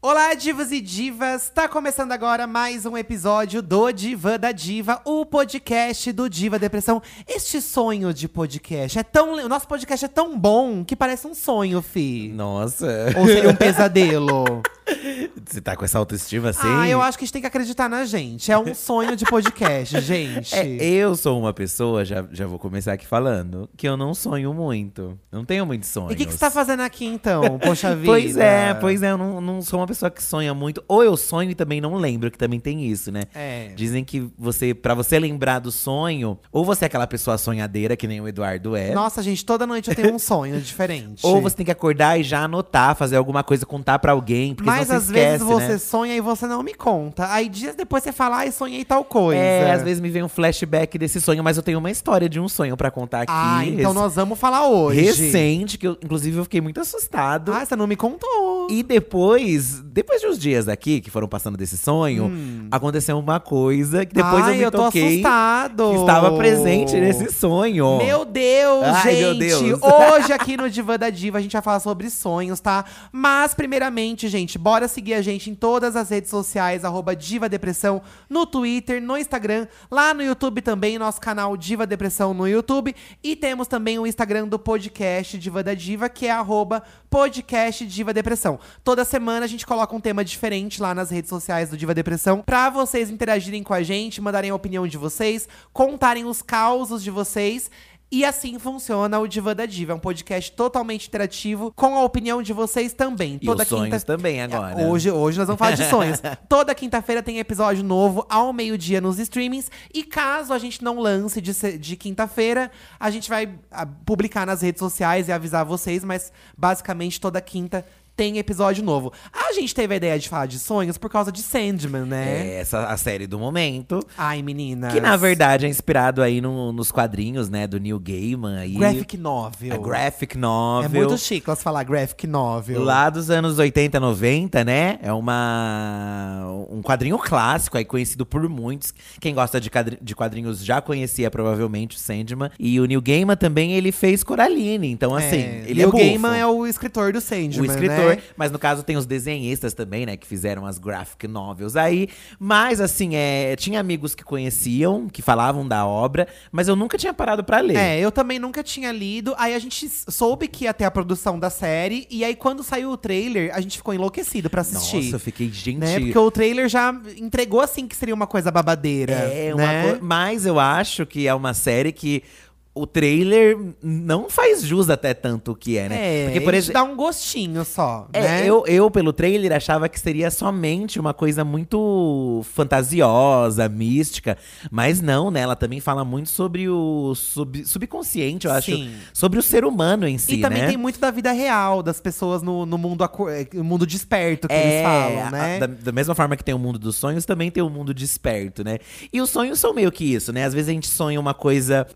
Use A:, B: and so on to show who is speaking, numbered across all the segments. A: Olá, divas e divas! Tá começando agora mais um episódio do Diva da Diva, o podcast do Diva Depressão. Este sonho de podcast é tão. O nosso podcast é tão bom que parece um sonho, fi.
B: Nossa.
A: Ou seria um pesadelo.
B: Você tá com essa autoestima assim?
A: Ah, eu acho que a gente tem que acreditar na gente. É um sonho de podcast, gente.
B: É, eu sou uma pessoa, já, já vou começar aqui falando, que eu não sonho muito. Não tenho muitos sonhos.
A: E o que, que você tá fazendo aqui então? Poxa vida.
B: Pois é, pois é, eu não, não sou uma pessoa que sonha muito. Ou eu sonho e também não lembro, que também tem isso, né?
A: É.
B: Dizem que você, para você lembrar do sonho, ou você é aquela pessoa sonhadeira, que nem o Eduardo é.
A: Nossa, gente, toda noite eu tenho um sonho diferente.
B: Ou você tem que acordar e já anotar, fazer alguma coisa, contar pra alguém, porque
A: Mas
B: senão
A: às
B: você esquece,
A: vezes você
B: né?
A: sonha e você não me conta. Aí dias depois você fala, ai, sonhei tal coisa.
B: É, às vezes me vem um flashback desse sonho, mas eu tenho uma história de um sonho pra contar aqui.
A: Ah, então nós vamos falar hoje.
B: recente, que eu, inclusive eu fiquei muito assustado.
A: Ah, você não me contou.
B: E depois, depois de uns dias aqui, que foram passando desse sonho, aconteceu uma coisa que depois
A: Hum. Ai,
B: eu me
A: tô
B: toquei
A: assustado.
B: que estava presente nesse sonho.
A: Meu Deus,
B: Ai,
A: gente!
B: meu Deus.
A: Hoje aqui no Divã da Diva a gente vai falar sobre sonhos, tá? Mas, primeiramente, gente, bora seguir a gente em todas as redes sociais, arroba Diva Depressão, no Twitter, no Instagram, lá no YouTube também, nosso canal Diva Depressão no YouTube. E temos também o Instagram do podcast Diva da Diva, que é arroba podcast Diva Depressão. Toda semana a gente coloca um tema diferente lá nas redes sociais do Diva Depressão pra vocês interagirem com a gente, mandarem a opinião de vocês, contarem os causos de vocês. E assim funciona o Divã da Diva. É um podcast totalmente interativo, com a opinião de vocês também.
B: E os sonhos também agora.
A: é, Hoje, hoje nós vamos falar de sonhos. Toda quinta-feira tem episódio novo ao meio-dia nos streamings. E caso a gente não lance de, se- de quinta-feira, a gente vai ah, publicar nas redes sociais e avisar vocês, mas basicamente toda quinta. Tem episódio novo. A gente teve a ideia de falar de sonhos por causa de Sandman, né?
B: É essa a série do momento.
A: Ai, menina.
B: Que na verdade é inspirado aí no- nos quadrinhos, né, do Neil Gaiman. Aí,
A: Graphic novel.
B: a graphic
A: É
B: novel.
A: muito chique elas falar graphic novel.
B: Lá dos anos 80, 90, né? É uma um quadrinho clássico aí, conhecido por muitos. Quem gosta de, quadri- de quadrinhos já conhecia provavelmente o Sandman. E o Neil Gaiman também, ele fez Coraline. Então, assim, ele é
A: o
B: bufo.
A: Gaiman é o escritor do Sandman,
B: o escritor,
A: né?
B: mas no caso tem os desenhistas também, né, que fizeram as graphic novels aí. Mas assim, é, tinha amigos que conheciam, que falavam da obra, mas eu nunca tinha parado pra ler.
A: É, eu também nunca tinha lido. Aí a gente s- soube que ia ter a produção da série. E aí, quando saiu o trailer, a gente ficou enlouquecido pra assistir.
B: Nossa, eu fiquei gente.
A: né? Porque o trailer já entregou assim que seria uma coisa babadeira.
B: É, uma
A: né?
B: coi- mas eu acho que é uma série que o trailer não faz jus até tanto o que é, né?
A: É,
B: Porque, por
A: ele te
B: exemplo.
A: dá um gostinho só.
B: é,
A: né?
B: eu, eu, pelo trailer, achava que seria somente uma coisa muito fantasiosa, mística. Mas não, né? Ela também fala muito sobre o sub- subconsciente, eu acho.
A: Sim.
B: Sobre o ser humano em si,
A: e também
B: né?
A: tem muito da vida real, das pessoas no, no mundo, acu- eh, mundo desperto que
B: É,
A: eles falam,
B: a-
A: né?
B: da, da mesma forma que tem o mundo dos sonhos, também tem o mundo desperto, né? E os sonhos são meio que isso, né? Às vezes a gente sonha uma coisa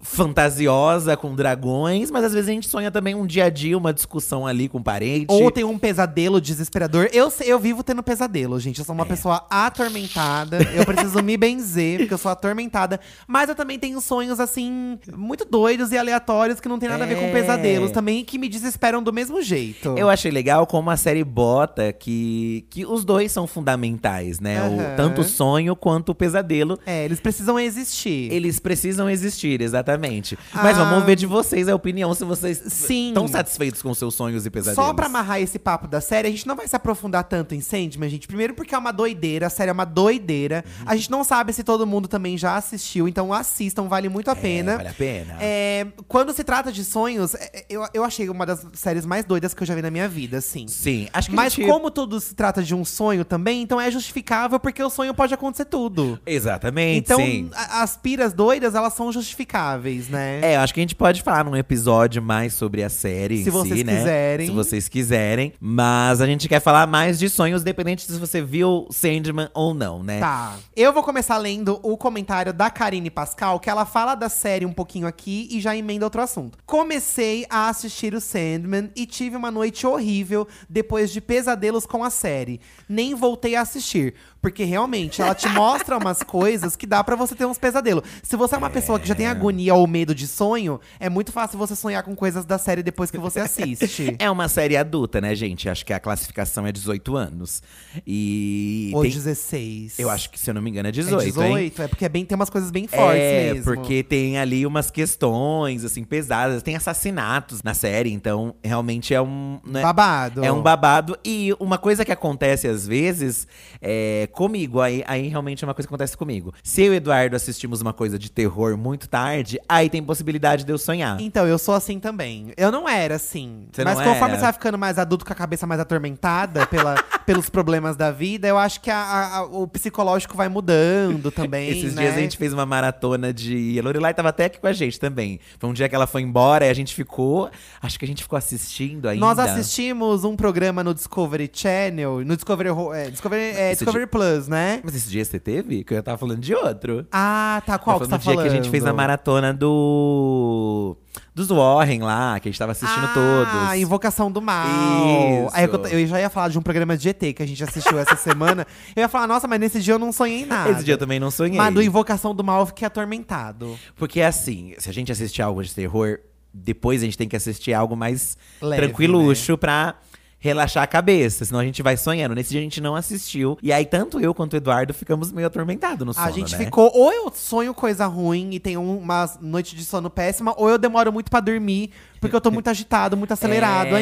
B: fantasiosa com dragões, mas às vezes a gente sonha também um dia a dia, uma discussão ali com um parente.
A: Ou tem um pesadelo desesperador. Eu, se- eu vivo tendo pesadelo, gente. Eu sou uma
B: É.
A: pessoa atormentada. Eu preciso me benzer, porque eu sou atormentada. Mas eu também tenho sonhos, assim, muito doidos e aleatórios que não tem nada a ver com
B: É.
A: pesadelos também, que me desesperam do mesmo jeito.
B: Eu achei legal como a série bota que, que os dois são fundamentais, né? O-
A: Aham.
B: tanto o sonho quanto o pesadelo.
A: É, eles precisam existir.
B: Eles precisam existir, exatamente. Mas
A: Ah.
B: vamos ver de vocês a opinião, se vocês
A: Sim.
B: estão satisfeitos com seus sonhos e pesadelos.
A: Só pra amarrar esse papo da série, a gente não vai se aprofundar tanto em Sandman, gente. Primeiro porque é uma doideira, a série é uma doideira.
B: Uhum.
A: A gente não sabe se todo mundo também já assistiu, então assistam, vale muito a pena.
B: É, vale a pena.
A: É, quando se trata de sonhos, é, é, eu, eu achei uma das séries mais doidas que eu já vi na minha vida, assim.
B: Sim, acho que a
A: Mas
B: gente-
A: como tudo se trata de um sonho também, então é justificável porque o sonho pode acontecer tudo.
B: Exatamente,
A: Então,
B: sim.
A: a- as piras doidas, elas são justificáveis, né?
B: É, eu acho que a gente pode falar num episódio mais sobre a série
A: Se
B: em
A: vocês
B: si, né?
A: quiserem.
B: Se vocês quiserem. Mas a gente quer falar mais de sonhos, dependente se você viu Sandman ou não, né?
A: Tá. Eu vou começar lendo o comentário da Karine Pascal, que ela fala da série um pouquinho aqui e já emenda outro assunto. Comecei a assistir o Sandman e tive uma noite horrível depois de pesadelos com a série. Nem voltei a assistir, Porque realmente ela te mostra umas coisas que dá pra você ter uns pesadelos. Se você é uma pessoa que já tem agonia ou medo de sonho, é muito fácil você sonhar com coisas da série depois que você assiste.
B: É uma série adulta, né, gente? Acho que a classificação é 18 anos. E.
A: ou
B: tem-
A: 16.
B: Eu acho que, se eu não me engano, é
A: É
B: 18. hein?
A: é porque é bem, tem umas coisas bem fortes
B: é,
A: mesmo.
B: porque tem ali umas questões, assim, pesadas. Tem assassinatos na série, então realmente é um. né,
A: Babado.
B: É um babado. E uma coisa que acontece às vezes é, comigo, aí, aí realmente é uma coisa que acontece comigo. Se eu e o Eduardo assistimos uma coisa de terror muito tarde, aí tem possibilidade de eu sonhar.
A: Então, eu sou assim também. Eu não era assim.
B: Você
A: mas
B: não
A: conforme
B: era?
A: você vai ficando mais adulto, com a cabeça mais atormentada pela, pelos problemas da vida, eu acho que a- a- a- o psicológico vai mudando também.
B: Esses
A: né?
B: dias a gente fez uma maratona de. A Lorelai tava até aqui com a gente também. Foi um dia que ela foi embora e a gente ficou. Acho que a gente ficou assistindo ainda.
A: Nós assistimos um programa no Discovery Channel, no Discovery, Ho- é, Discovery, é,
B: Esse
A: Discovery Plus, né?
B: Mas esse dia você teve? Que eu tava falando de outro.
A: Ah, tá. Qual que
B: foi
A: você
B: no
A: tá
B: dia
A: falando?
B: que a gente fez a maratona do. Dos Warren lá, que a gente tava assistindo
A: ah,
B: todos.
A: Invocação do Mal.
B: Isso.
A: Aí eu, cont- eu já ia falar de um programa de GT que a gente assistiu essa semana. Eu ia falar, nossa, mas nesse dia eu não sonhei nada.
B: Esse dia eu também não sonhei.
A: Mas do Invocação do Mal eu fiquei atormentado.
B: Porque assim, se a gente assistir algo de terror, depois a gente tem que assistir algo mais
A: Leve, né?
B: tranquiluxo pra relaxar a cabeça. Senão a gente vai sonhando. Nesse dia a gente não assistiu. E aí, tanto eu quanto o Eduardo ficamos meio atormentados no sono,
A: a gente
B: né?
A: ficou, ou eu sonho coisa ruim e tenho uma noite de sono péssima, ou eu demoro muito pra dormir, porque eu tô muito agitado, muito acelerado
B: É,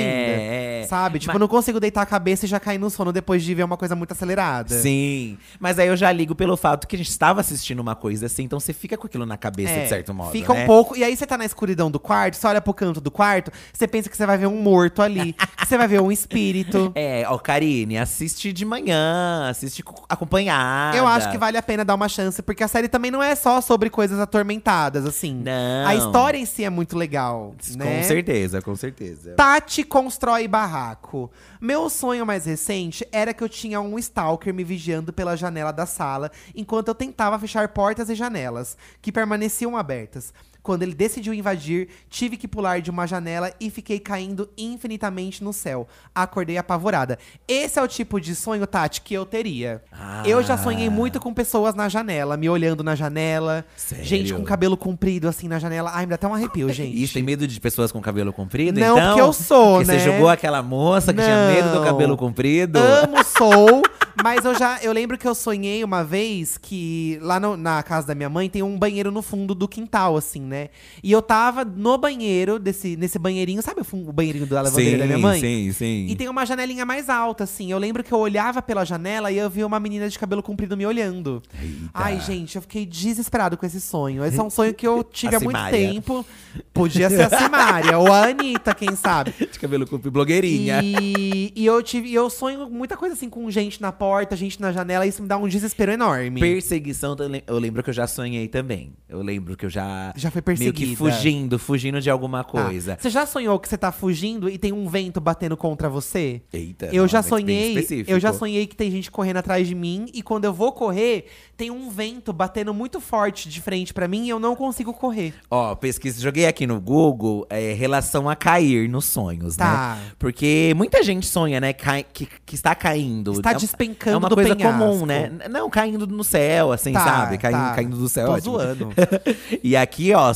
A: ainda.
B: é.
A: Sabe? Tipo,
B: Mas-
A: eu não consigo deitar a cabeça e já cair no sono depois de ver uma coisa muito acelerada.
B: Sim, mas aí eu já ligo pelo fato que a gente estava assistindo uma coisa assim, então você fica com aquilo na cabeça,
A: É,
B: de certo modo.
A: Fica
B: né?
A: um pouco. E aí você tá na escuridão do quarto, você olha pro canto do quarto, você pensa que você vai ver um morto ali. que você vai ver um espírito.
B: É, ó, Karine, assiste de manhã, assiste co- acompanhada.
A: Eu acho que vale a pena dar uma chance, porque a série também não é só sobre coisas atormentadas, assim.
B: Não.
A: A história em si é muito legal.
B: Com
A: né?
B: certeza, com certeza.
A: Tati constrói barraco. Meu sonho mais recente era que eu tinha um stalker me vigiando pela janela da sala, enquanto eu tentava fechar portas e janelas, que permaneciam abertas. Quando ele decidiu invadir, tive que pular de uma janela e fiquei caindo infinitamente no céu. Acordei apavorada. Esse é o tipo de sonho, Tati, que eu teria.
B: Ah.
A: Eu já sonhei muito com pessoas na janela, me olhando na janela.
B: Sério?
A: Gente com cabelo comprido, assim, na janela. Ai, me dá até um arrepio, gente.
B: Isso, tem medo de pessoas com cabelo comprido?
A: Não,
B: então,
A: porque eu sou,
B: Porque
A: né?
B: Você julgou aquela moça que tinha
A: Não.
B: medo do cabelo comprido?
A: Amo Soul, mas eu já. Eu lembro que eu sonhei uma vez que lá no- na casa da minha mãe tem um banheiro no fundo do quintal, assim, né? E eu tava no banheiro, desse, nesse banheirinho, sabe o, fun- o banheirinho da lavanderia da minha mãe?
B: sim, sim.
A: E tem uma janelinha mais alta, assim. Eu lembro que eu olhava pela janela e eu via uma menina de cabelo comprido me olhando.
B: Eita.
A: Ai, gente, eu fiquei desesperado com esse sonho. Esse é um sonho que eu tive
B: Tá. A
A: há muito
B: Simária.
A: tempo. Podia ser a Simária ou a Anitta, quem sabe.
B: De cabelo comprido, blogueirinha.
A: E, e eu tive, e eu sonho muita coisa assim com gente na porta, gente na janela, isso me dá um desespero enorme.
B: Perseguição, eu lem- eu lembro que eu já sonhei também. Eu lembro que eu já.
A: Já foi
B: Meio que
A: perseguida.
B: fugindo, fugindo de alguma
A: Tá.
B: coisa.
A: Você já sonhou que você tá fugindo e tem um vento batendo contra você?
B: Eita.
A: eu já
B: nossa, é um bem
A: sonhei,
B: específico.
A: eu já sonhei que tem gente correndo atrás de mim e quando eu vou correr, tem um vento batendo muito forte de frente pra mim e eu não consigo correr.
B: Ó, pesquisa, joguei aqui no Google é, relação a cair nos sonhos,
A: Tá.
B: né? Porque muita gente sonha, né, cai- que, que está caindo.
A: Está
B: uma-
A: despencando
B: É uma
A: do
B: coisa
A: penhasco.
B: comum, né? N- Não, caindo no céu, assim,
A: Tá,
B: sabe? Caindo,
A: tá.
B: caindo do céu.
A: Tô
B: ótimo.
A: zoando.
B: e aqui, ó,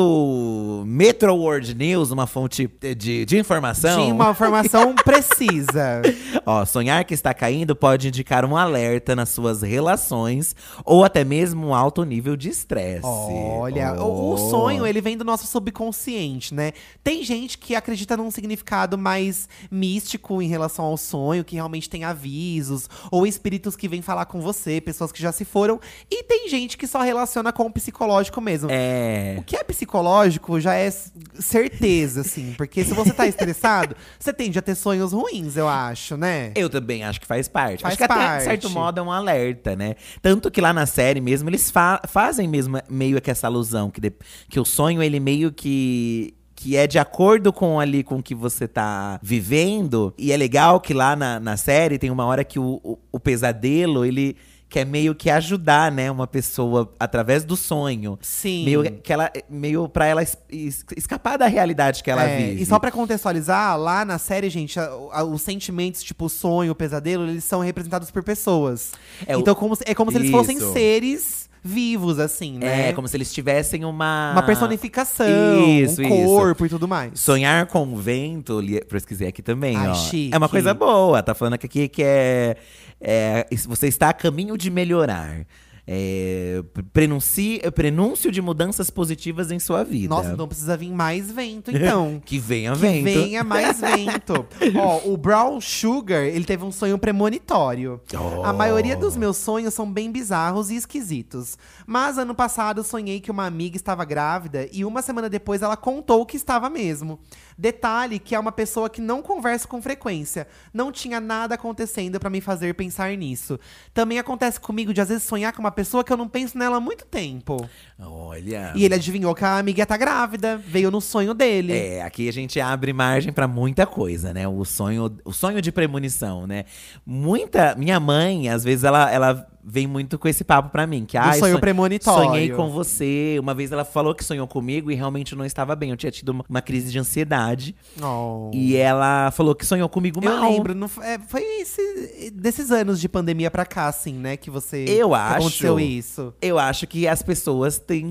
B: segundo Metro World News, uma fonte de, de informação.
A: Tinha uma formação precisa.
B: Ó, sonhar que está caindo pode indicar um alerta nas suas relações ou até mesmo um alto nível de estresse.
A: Olha, o, o
B: Oh.
A: sonho, ele vem do nosso subconsciente, né? Tem gente que acredita num significado mais místico em relação ao sonho, que realmente tem avisos, ou espíritos que vêm falar com você, pessoas que já se foram. E tem gente que só relaciona com o psicológico mesmo.
B: É.
A: O que é psicológico já é c- certeza, assim. Porque se você tá estressado, você tende a ter sonhos ruins, eu acho, né?
B: Eu também acho que faz parte.
A: Faz
B: acho que até,
A: parte.
B: de certo modo, é um alerta, né? Tanto que lá na série mesmo, eles fa- fazem mesmo é, meio que essa alusão. Que, de- que o sonho, ele meio que… Que é de acordo com ali com o que você tá vivendo. E é legal que lá na, na série tem uma hora que o, o, o pesadelo, ele que é meio que ajudar, né, uma pessoa através do sonho.
A: Sim.
B: Meio que ela meio para ela es- es- escapar da realidade que ela
A: É,
B: vive.
A: E só pra contextualizar, lá na série, gente, a- a- os sentimentos, tipo sonho, pesadelo, eles são representados por pessoas.
B: É, o-
A: então, como se- é como se eles fossem
B: Isso.
A: seres vivos, assim, né?
B: É, como se eles tivessem uma
A: Uma personificação,
B: Isso,
A: um
B: isso.
A: corpo e tudo mais.
B: Sonhar com o vento, li- pesquisei aqui também,
A: Ai,
B: ó.
A: chique.
B: É uma coisa boa. Tá falando aqui que é, é, isso- você está a caminho de melhorar. É, prenunci- prenúncio de mudanças positivas em sua vida.
A: Nossa, então precisa vir mais vento, então.
B: que venha
A: Que
B: vento.
A: venha mais vento. Ó, o Brown Sugar, ele teve um sonho premonitório.
B: Oh.
A: A maioria dos meus sonhos são bem bizarros e esquisitos. Mas ano passado sonhei que uma amiga estava grávida e uma semana depois ela contou que estava mesmo. Detalhe que é uma pessoa que não converso com frequência. Não tinha nada acontecendo pra me fazer pensar nisso. Também acontece comigo de às vezes sonhar com uma pessoa que eu não penso nela há muito tempo.
B: Olha.
A: E ele é adivinhou que a amiga tá grávida, veio no sonho dele.
B: É, aqui a gente abre margem pra muita coisa, né? O sonho, o sonho de premonição, né? Muita. Minha mãe, às vezes, ela, ela vem muito com esse papo pra mim. Que, ah, eu
A: sonho
B: sonhe-
A: premonitório."
B: Sonhei com você. Uma vez ela falou que sonhou comigo e realmente não estava bem. Eu tinha tido uma, uma crise de ansiedade.
A: Oh.
B: E ela falou que sonhou comigo
A: Eu
B: mal.
A: lembro, não f- é, foi esse- desses anos de pandemia pra cá, assim, né? Que você.
B: Eu
A: que
B: acho.
A: Aconteceu isso.
B: Eu acho que as pessoas têm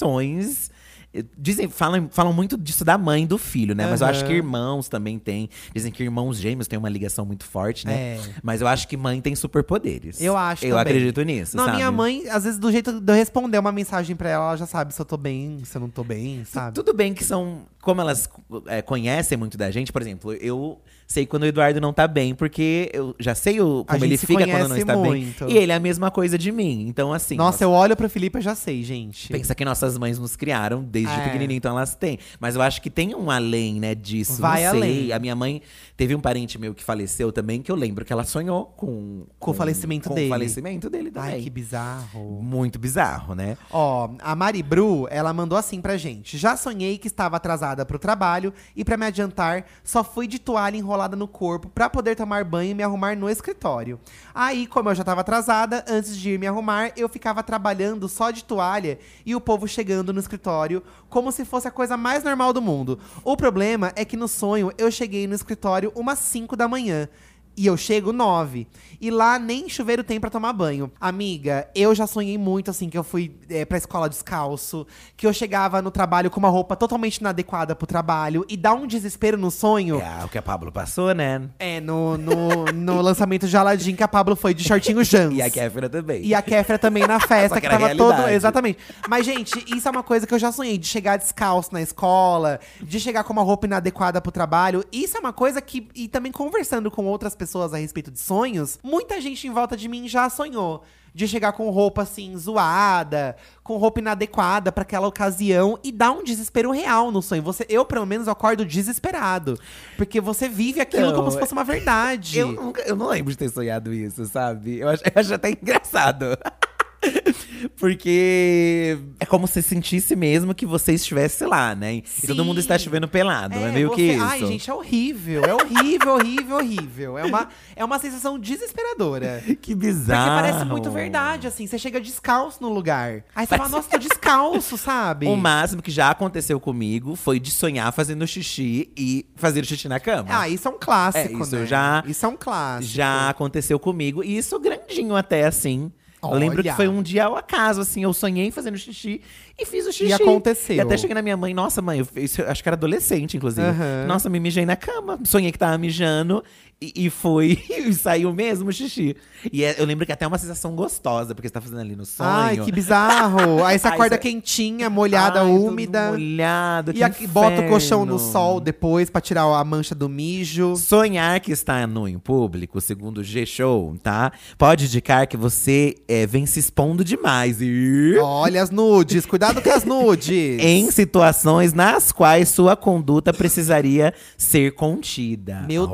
B: ligações. eh, Dizem, falam, falam muito disso da mãe e do filho, né? Mas eu acho
A: Aham.
B: que irmãos também têm. Dizem que irmãos gêmeos têm uma ligação muito forte, né?
A: É.
B: Mas eu acho que mãe tem superpoderes.
A: Eu acho
B: Eu
A: também.
B: acredito nisso,
A: Não, a
B: sabe?
A: minha mãe, às vezes, do jeito de eu responder uma mensagem pra ela, ela já sabe se eu tô bem, se eu não tô bem, sabe?
B: Tudo bem que são. Como elas eh, conhecem muito da gente, por exemplo, eu sei quando o Eduardo não tá bem, porque eu já sei o,
A: A
B: como
A: gente
B: ele
A: se
B: fica quando não
A: conhece
B: está
A: muito.
B: bem. E ele é a mesma coisa de mim. Então, assim.
A: Nossa, eu olho pro Felipe e eu já sei, gente.
B: Pensa que nossas mães nos criaram desde
A: É.
B: pequenininho, então elas têm. Mas eu acho que tem um além, né, disso.
A: Vai
B: não sei.
A: além.
B: A minha mãe teve um parente meu que faleceu também, que eu lembro que ela sonhou com,
A: Com o falecimento
B: com
A: dele.
B: o falecimento dele também.
A: Ai, que bizarro.
B: Muito bizarro, né?
A: Ó, a Mari Bru, ela mandou assim pra gente. Já sonhei que estava atrasada pro trabalho e pra me adiantar, só fui de toalha enrolada no corpo pra poder tomar banho e me arrumar no escritório. Aí, como eu já tava atrasada, antes de ir me arrumar, eu ficava trabalhando só de toalha e o povo chegando no escritório como se fosse a coisa mais normal do mundo. O problema é que no sonho eu cheguei no escritório umas 5 da manhã. E eu chego nove E lá nem chuveiro tem pra tomar banho. Amiga, eu já sonhei muito assim que eu fui é, pra escola descalço, que eu chegava no trabalho com uma roupa totalmente inadequada pro trabalho e dá um desespero no sonho.
B: É o que a Pablo passou, né?
A: É, no, no, no lançamento de Aladdin que a Pablo foi de shortinho Jans.
B: E é a Kéfera também.
A: E a Kéfera também na festa,
B: Só
A: que
B: que era
A: tava
B: realidade.
A: todo. Exatamente. Mas, gente, isso é uma coisa que eu já sonhei: de chegar descalço na escola, de chegar com uma roupa inadequada pro trabalho. Isso é uma coisa que. E também conversando com outras pessoas a respeito de sonhos, muita gente em volta de mim já sonhou. De chegar com roupa assim, zoada, com roupa inadequada pra aquela ocasião e dá um desespero real no sonho. Você, eu, pelo menos, acordo desesperado. Porque você vive aquilo
B: Então,
A: como se fosse uma verdade.
B: Eu, nunca, eu não lembro de ter sonhado isso, sabe? Eu acho, eu acho até engraçado. Porque é como se sentisse mesmo que você estivesse lá, né? E todo
A: Sim.
B: mundo está chovendo pelado. É, meio
A: você-
B: que isso.
A: Ai, gente, é horrível. É horrível, horrível, horrível. É uma, é uma sensação desesperadora.
B: Que
A: Porque
B: bizarro.
A: parece muito verdade, assim. Você chega descalço no lugar. Aí você fala, nossa, tô descalço, sabe?
B: O máximo que já aconteceu comigo foi de sonhar fazendo xixi e fazer xixi na cama.
A: Ah, isso é um clássico,
B: É, isso
A: né?
B: já-
A: Isso é um clássico.
B: já aconteceu comigo. E isso grandinho até, assim. Eu lembro que
A: Olha.
B: foi um dia ao acaso, assim. Eu sonhei fazendo xixi e fiz o xixi.
A: E aconteceu.
B: E até cheguei na minha mãe, nossa, mãe, eu, fiz- eu acho que era adolescente, inclusive.
A: Aham.
B: Nossa, me mijei na cama. Sonhei que tava mijando e, e foi. e saiu mesmo o xixi. E é- eu lembro que até é uma sensação gostosa, porque você tá fazendo ali no sonho.
A: Ai, que bizarro. Aí você
B: Ai,
A: acorda
B: isso é-
A: quentinha, molhada,
B: Ai, tudo
A: úmida.
B: Molhado, que
A: E aqui bota o colchão no
B: inferno.
A: sol depois pra tirar a mancha do mijo.
B: Sonhar que está nu em público, segundo o G-Show, tá? Pode indicar que você é, vem se expondo demais. E...
A: Olha as nudes, cuidado com as nudes.
B: Em situações nas quais sua conduta precisaria ser contida.
A: Meu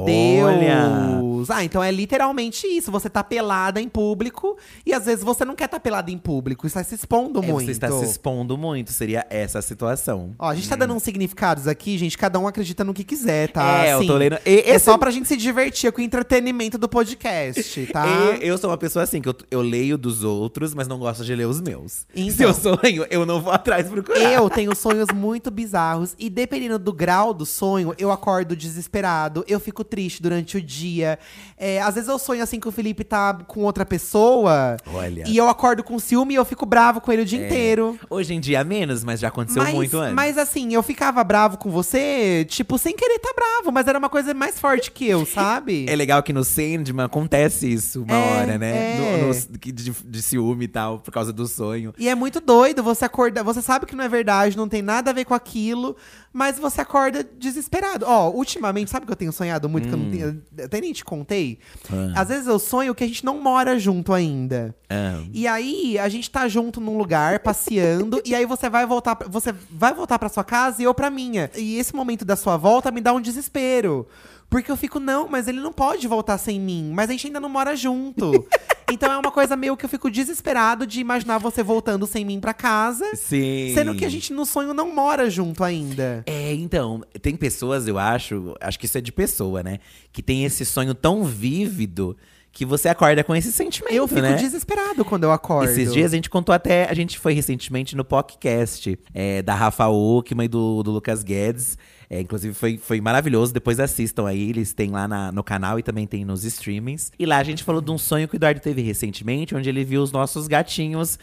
B: Olha.
A: Deus! Ah, então é literalmente isso. Você tá pelada em público e às vezes você não quer tá pelada em público. Está se expondo
B: É,
A: muito.
B: você está se Hum. expondo muito, seria essa a situação.
A: Ó, a gente tá dando uns significados aqui, gente. Cada um acredita no que quiser, tá?
B: é, eu
A: Assim,
B: tô lendo. E-
A: É
B: esse-
A: só pra gente se divertir é com o entretenimento do podcast, tá?
B: e- eu sou uma pessoa assim, que eu, eu leio do- dos outros, mas não gosta de ler os meus.
A: Então.
B: Se eu sonho, eu não vou atrás procurar.
A: Eu tenho sonhos muito bizarros e dependendo do grau do sonho, eu acordo desesperado, eu fico triste durante o dia. É, às vezes eu sonho assim que o Felipe tá com outra pessoa
B: Olha.
A: e eu acordo com ciúme e eu fico bravo com ele o dia inteiro.
B: Hoje em dia menos, mas já aconteceu
A: mas,
B: É, muito antes.
A: mas assim, eu ficava bravo com você, tipo, sem querer tá bravo, mas era uma coisa mais forte que eu, sabe?
B: É legal que no Sandman acontece isso uma
A: É,
B: hora, né?
A: é.
B: No- no- que de, de ciúme e tal, por causa do sonho.
A: E é muito doido, você acorda, você sabe que não é verdade, não tem nada a ver com aquilo, mas você acorda desesperado. Ó, ultimamente, sabe que eu tenho sonhado muito, que eu não tenho, eu até nem te contei?
B: Hum. Ah.
A: Às vezes eu sonho que a gente não mora junto ainda.
B: Ah.
A: E aí a gente tá junto num lugar passeando e aí você vai voltar, pra- você vai voltar para sua casa e eu pra minha. E esse momento da sua volta me dá um desespero. Porque eu fico, não, mas ele não pode voltar sem mim, mas a gente ainda não mora junto. então é uma coisa meio que eu fico desesperado de imaginar você voltando sem mim pra casa,
B: Sim.
A: sendo que a gente no sonho não mora junto ainda.
B: É, então, tem pessoas, eu acho, acho que isso é de pessoa, né? Que tem esse sonho tão vívido que você acorda com esse sentimento,
A: Eu fico
B: né?
A: desesperado quando eu acordo.
B: Esses dias a gente contou até. A gente foi recentemente no podcast é, da Rafa Ockman e do, do Lucas Guedes. É, inclusive foi, foi maravilhoso. Depois assistam aí, eles têm lá na- no canal e também tem nos streamings. E lá a gente falou de um sonho que o Eduardo teve recentemente, onde ele viu os nossos gatinhos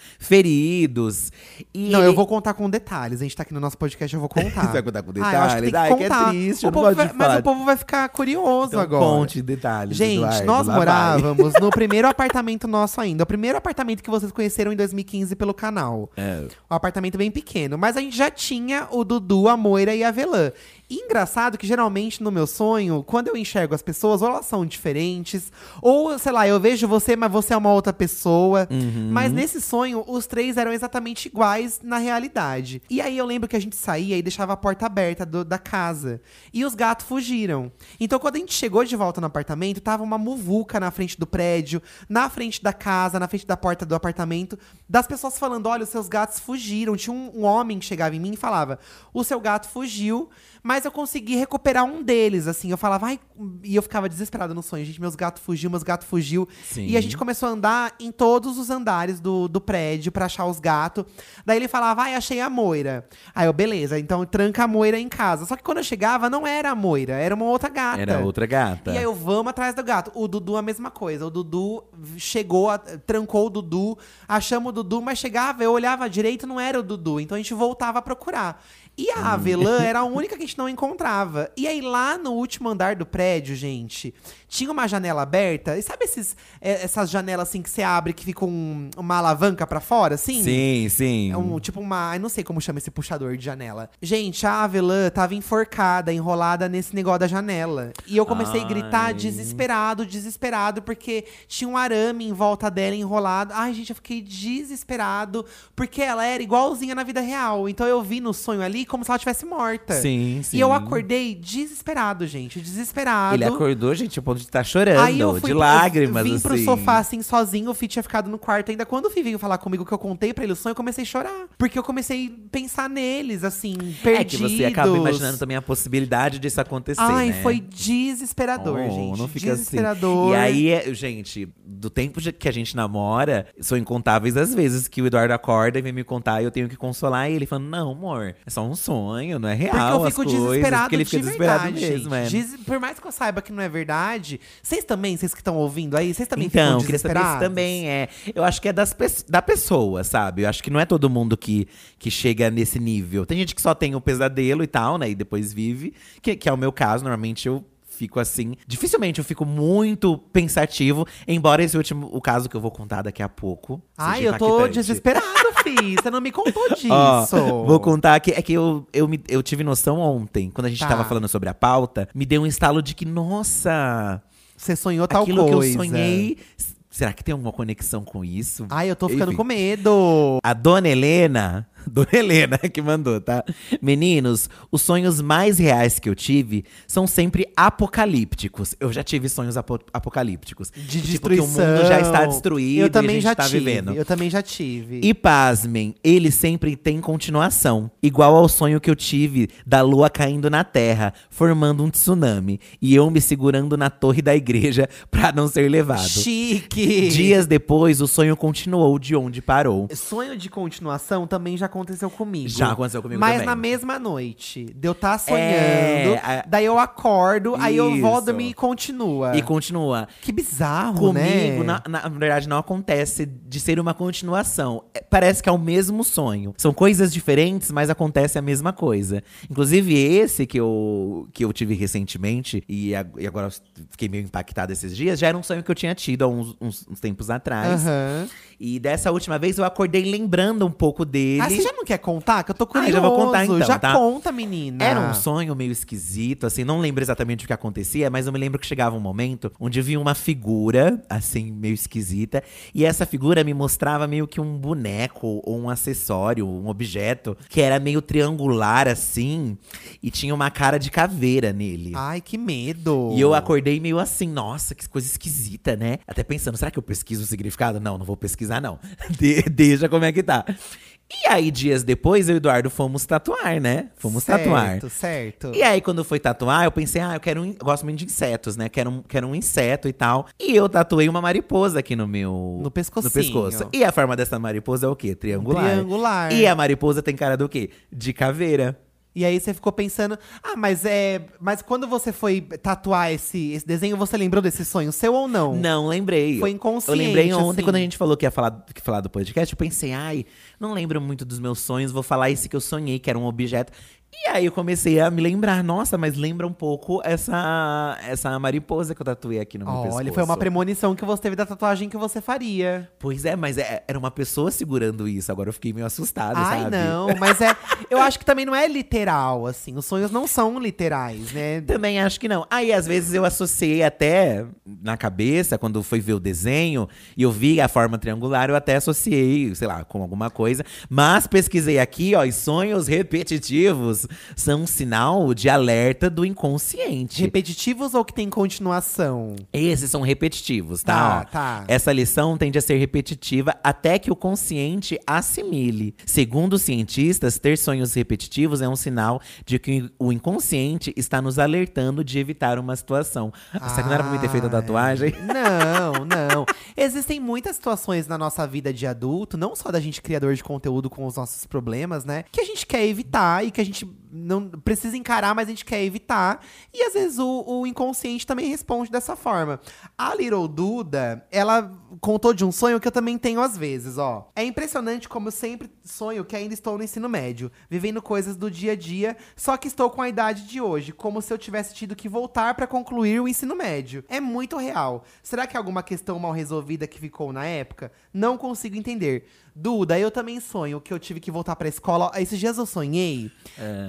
B: feridos. E
A: Não,
B: ele- é
A: eu vou contar com detalhes. A gente tá aqui no nosso podcast, eu vou contar.
B: Você vai contar com
A: Ah, eu acho que tem
B: detalhes?
A: que
B: Ai, que é
A: contar.
B: triste,
A: O
B: eu não
A: povo
B: gosto
A: vai-
B: de
A: mas
B: falar
A: o povo vai ficar curioso
B: Então,
A: agora.
B: Ponte detalhes.
A: Gente,
B: Eduardo,
A: nós
B: lá vai.
A: morávamos no primeiro apartamento nosso ainda. O primeiro apartamento que vocês conheceram em 2015 pelo canal.
B: É.
A: Um apartamento bem pequeno. Mas a gente já tinha o Dudu, a Moira e a Velã. E engraçado que geralmente no meu sonho, quando eu enxergo as pessoas, ou elas são diferentes, ou sei lá, eu vejo você, mas você é uma outra pessoa. Mas nesse sonho, os três eram exatamente iguais na realidade. E aí eu lembro que a gente saía e deixava a porta aberta do- da casa. E os gatos fugiram. Então quando a gente chegou de volta no apartamento, tava uma muvuca na frente do prédio, na frente da casa, na frente da porta do apartamento, das pessoas falando: olha, os seus gatos fugiram. Tinha um, um homem que chegava em mim e falava: o seu gato fugiu, mas eu consegui recuperar um deles. Assim, eu falava, ai. E eu ficava desesperada no sonho: gente, meus gatos fugiu, meus gatos fugiu.
B: Sim.
A: E a gente começou a andar em todos os andares do, do prédio pra achar os gatos. Daí ele falava, ai, achei a Moira. Aí eu, beleza, então tranca a Moira em casa. Só que quando eu chegava, não era a Moira, era uma outra gata.
B: Era outra gata.
A: E aí eu vamos atrás do gato. O Dudu a mesma coisa. O Dudu chegou, a- trancou o Dudu, achamos o Dudu, mas chegava, eu olhava direito, não era o Dudu. Então a gente voltava a procurar. E
B: Hum.
A: a Avelã era a única que a gente não encontrava. E aí lá no último andar do prédio, gente, tinha uma janela aberta. E sabe esses, é, essas janelas assim que você abre que fica um- uma alavanca pra fora, assim?
B: Sim, sim.
A: É um, tipo uma. Eu não sei como chama esse puxador de janela. Gente, a Avelã tava enforcada, enrolada nesse negócio da janela. E eu comecei a gritar
B: Ai.
A: desesperado, desesperado, porque tinha um arame em volta dela enrolado. Ai, gente, eu fiquei desesperado, porque ela era igualzinha na vida real. Então eu vi no sonho ali como se ela tivesse morta.
B: Sim, sim.
A: E eu acordei desesperado, gente, desesperado.
B: Ele acordou, gente, a ponto de estar chorando,
A: Aí eu fui
B: de
A: pro-
B: lágrimas,
A: vim pro
B: assim.
A: sofá assim sozinho, o Fih tinha ficado no quarto ainda. Quando o Fih veio falar comigo que eu contei pra ele o sonho, eu comecei a chorar. Porque eu comecei a pensar neles, assim, perdidos.
B: É que você acaba imaginando também a possibilidade disso acontecer,
A: Ai,
B: né?
A: foi desesperador,
B: Oh,
A: gente.
B: Não fica assim.
A: desesperador.
B: E aí, é- gente, do tempo de- que a gente namora, são incontáveis as vezes que o Eduardo acorda e vem me contar e eu tenho que consolar ele, falando: Não, amor, é só um sonho, não é real.
A: Porque eu
B: as
A: fico
B: coisas",
A: desesperado
B: Porque ele fica
A: de
B: desesperado
A: verdade,
B: mesmo, é.
A: gente. Diz- por mais que eu saiba que não é verdade, vocês também, vocês que estão ouvindo aí, vocês também
B: então,
A: ficam
B: queria saber se
A: desesperados?
B: também é. Eu acho que é das, pe- da pessoa, sabe? Eu acho que não é todo mundo que, que chega nesse nível. Tem gente que só tem o pesadelo e tal, né? E depois vive, que, que é o meu caso. Normalmente eu fico assim. Dificilmente eu fico muito pensativo, embora esse último, o caso que eu vou contar daqui a pouco. seja
A: Ai, eu tô
B: impactante.
A: desesperado, Fih. Você não me contou disso.
B: Ó, vou contar que é que eu, eu, me- eu tive noção ontem, quando a gente
A: Tá.
B: tava falando sobre a pauta, me deu um estalo de que, nossa,
A: Você sonhou tal
B: aquilo
A: coisa.
B: que eu sonhei. s- Será que tem alguma conexão com isso?
A: Ai, eu tô ficando
B: Enfim.
A: com medo.
B: A dona Helena Dona Helena que mandou, tá? Meninos, os sonhos mais reais que eu tive são sempre apocalípticos. Eu já tive sonhos apo- apocalípticos.
A: De
B: Tipo,
A: destruição.
B: que o mundo já está destruído
A: Eu também
B: e a gente
A: já
B: tá
A: tive.
B: vivendo.
A: Eu também já tive.
B: E pasmem, ele sempre tem continuação. Igual ao sonho que eu tive da lua caindo na terra, formando um tsunami. E eu me segurando na torre da igreja pra não ser levado.
A: Chique!
B: Dias depois, o sonho continuou de onde parou.
A: Sonho de continuação também já aconteceu comigo.
B: Já aconteceu comigo
A: Mas
B: também.
A: na mesma noite. Deu tá sonhando,
B: É, a-
A: daí eu acordo, aí eu
B: Isso.
A: volto e continua.
B: E continua.
A: Que bizarro, né?
B: Comigo, na, na- na verdade, não acontece de ser uma continuação. É, Parece que é o mesmo sonho. São coisas diferentes, mas acontece a mesma coisa. Inclusive, esse que eu, que eu tive recentemente, e, a- e agora eu fiquei meio impactado esses dias, já era um sonho que eu tinha tido há uns, uns- uns tempos atrás.
A: Aham.
B: E dessa última vez eu acordei lembrando um pouco dele.
A: Ah, você já não quer contar? Que eu tô
B: Ah,
A: curioso.
B: já vou contar então,
A: Já
B: tá?
A: conta, menina.
B: Era um sonho meio esquisito, assim, não lembro exatamente o que acontecia, mas eu me lembro que chegava um momento onde vinha uma figura, assim, meio esquisita, e essa figura me mostrava meio que um boneco ou um acessório, um objeto, que era meio triangular, assim, e tinha uma cara de caveira nele.
A: Ai, que medo.
B: E eu acordei meio assim, nossa, que coisa esquisita, né? Até pensando, será que eu pesquiso o significado? Não, não vou pesquisar, não. De- deixa como é que tá. E aí, dias depois, eu e o Eduardo fomos tatuar, né? Fomos
A: certo,
B: tatuar.
A: Certo.
B: E é aí, quando eu fui tatuar, eu pensei, ah, eu quero um. in- eu gosto muito de insetos, né? Quero um, quero um inseto e tal. E eu tatuei uma mariposa aqui no meu.
A: No pescocinho.
B: No pescoço. E a forma dessa mariposa é o quê? Triangular.
A: Triangular.
B: E é a mariposa tem cara do quê? De caveira.
A: E aí você ficou pensando, ah, mas é. Mas quando você foi tatuar esse, esse desenho, você lembrou desse sonho seu ou não?
B: Não, lembrei.
A: Foi inconsciente,
B: Eu lembrei ontem,
A: assim.
B: quando a gente falou que ia falar, que ia falar do podcast, eu pensei, ai, não lembro muito dos meus sonhos, vou falar esse que eu sonhei, que era um objeto. E aí eu comecei a me lembrar, nossa, mas lembra um pouco essa, essa mariposa que eu tatuei aqui no meu pescoço.
A: Olha, foi uma premonição que você teve da tatuagem que você faria.
B: Pois é, mas é- era uma pessoa segurando isso. Agora eu fiquei meio assustado,
A: Ai,
B: sabe?
A: não, mas é. Eu acho que também não é literal, assim. Os sonhos não são literais, né?
B: Também acho que não. Aí, às vezes, eu associei até na cabeça, quando fui ver o desenho, e eu vi a forma triangular, eu até associei, sei lá, com alguma coisa. Mas pesquisei aqui, ó, e sonhos repetitivos são um sinal de alerta do inconsciente.
A: Repetitivos ou que tem continuação?
B: Esses são repetitivos, tá?
A: Ah,
B: Ó,
A: tá.
B: Essa lição tende a ser repetitiva até que o consciente assimile. Segundo os cientistas, ter sonhos repetitivos é um sinal de que o inconsciente está nos alertando de evitar uma situação. Ah, Será que não era pra mim ter feito a
A: Ai.
B: tatuagem?
A: Não, não. Existem muitas situações na nossa vida de adulto, não só da gente criador de conteúdo com os nossos problemas, né? Que a gente quer evitar e que a gente não precisa encarar, mas a gente quer evitar. E às vezes o, o inconsciente também responde dessa forma. A Little Duda, ela contou de um sonho que eu também tenho às vezes, ó. É impressionante como eu sempre sonho que ainda estou no ensino médio, vivendo coisas do dia a dia, só que estou com a idade de hoje, como se eu tivesse tido que voltar para concluir o ensino médio. É muito real. Será que é alguma questão mal resolvida que ficou na época? Não consigo entender. Duda, eu também sonho que eu tive que voltar pra escola. Esses dias eu sonhei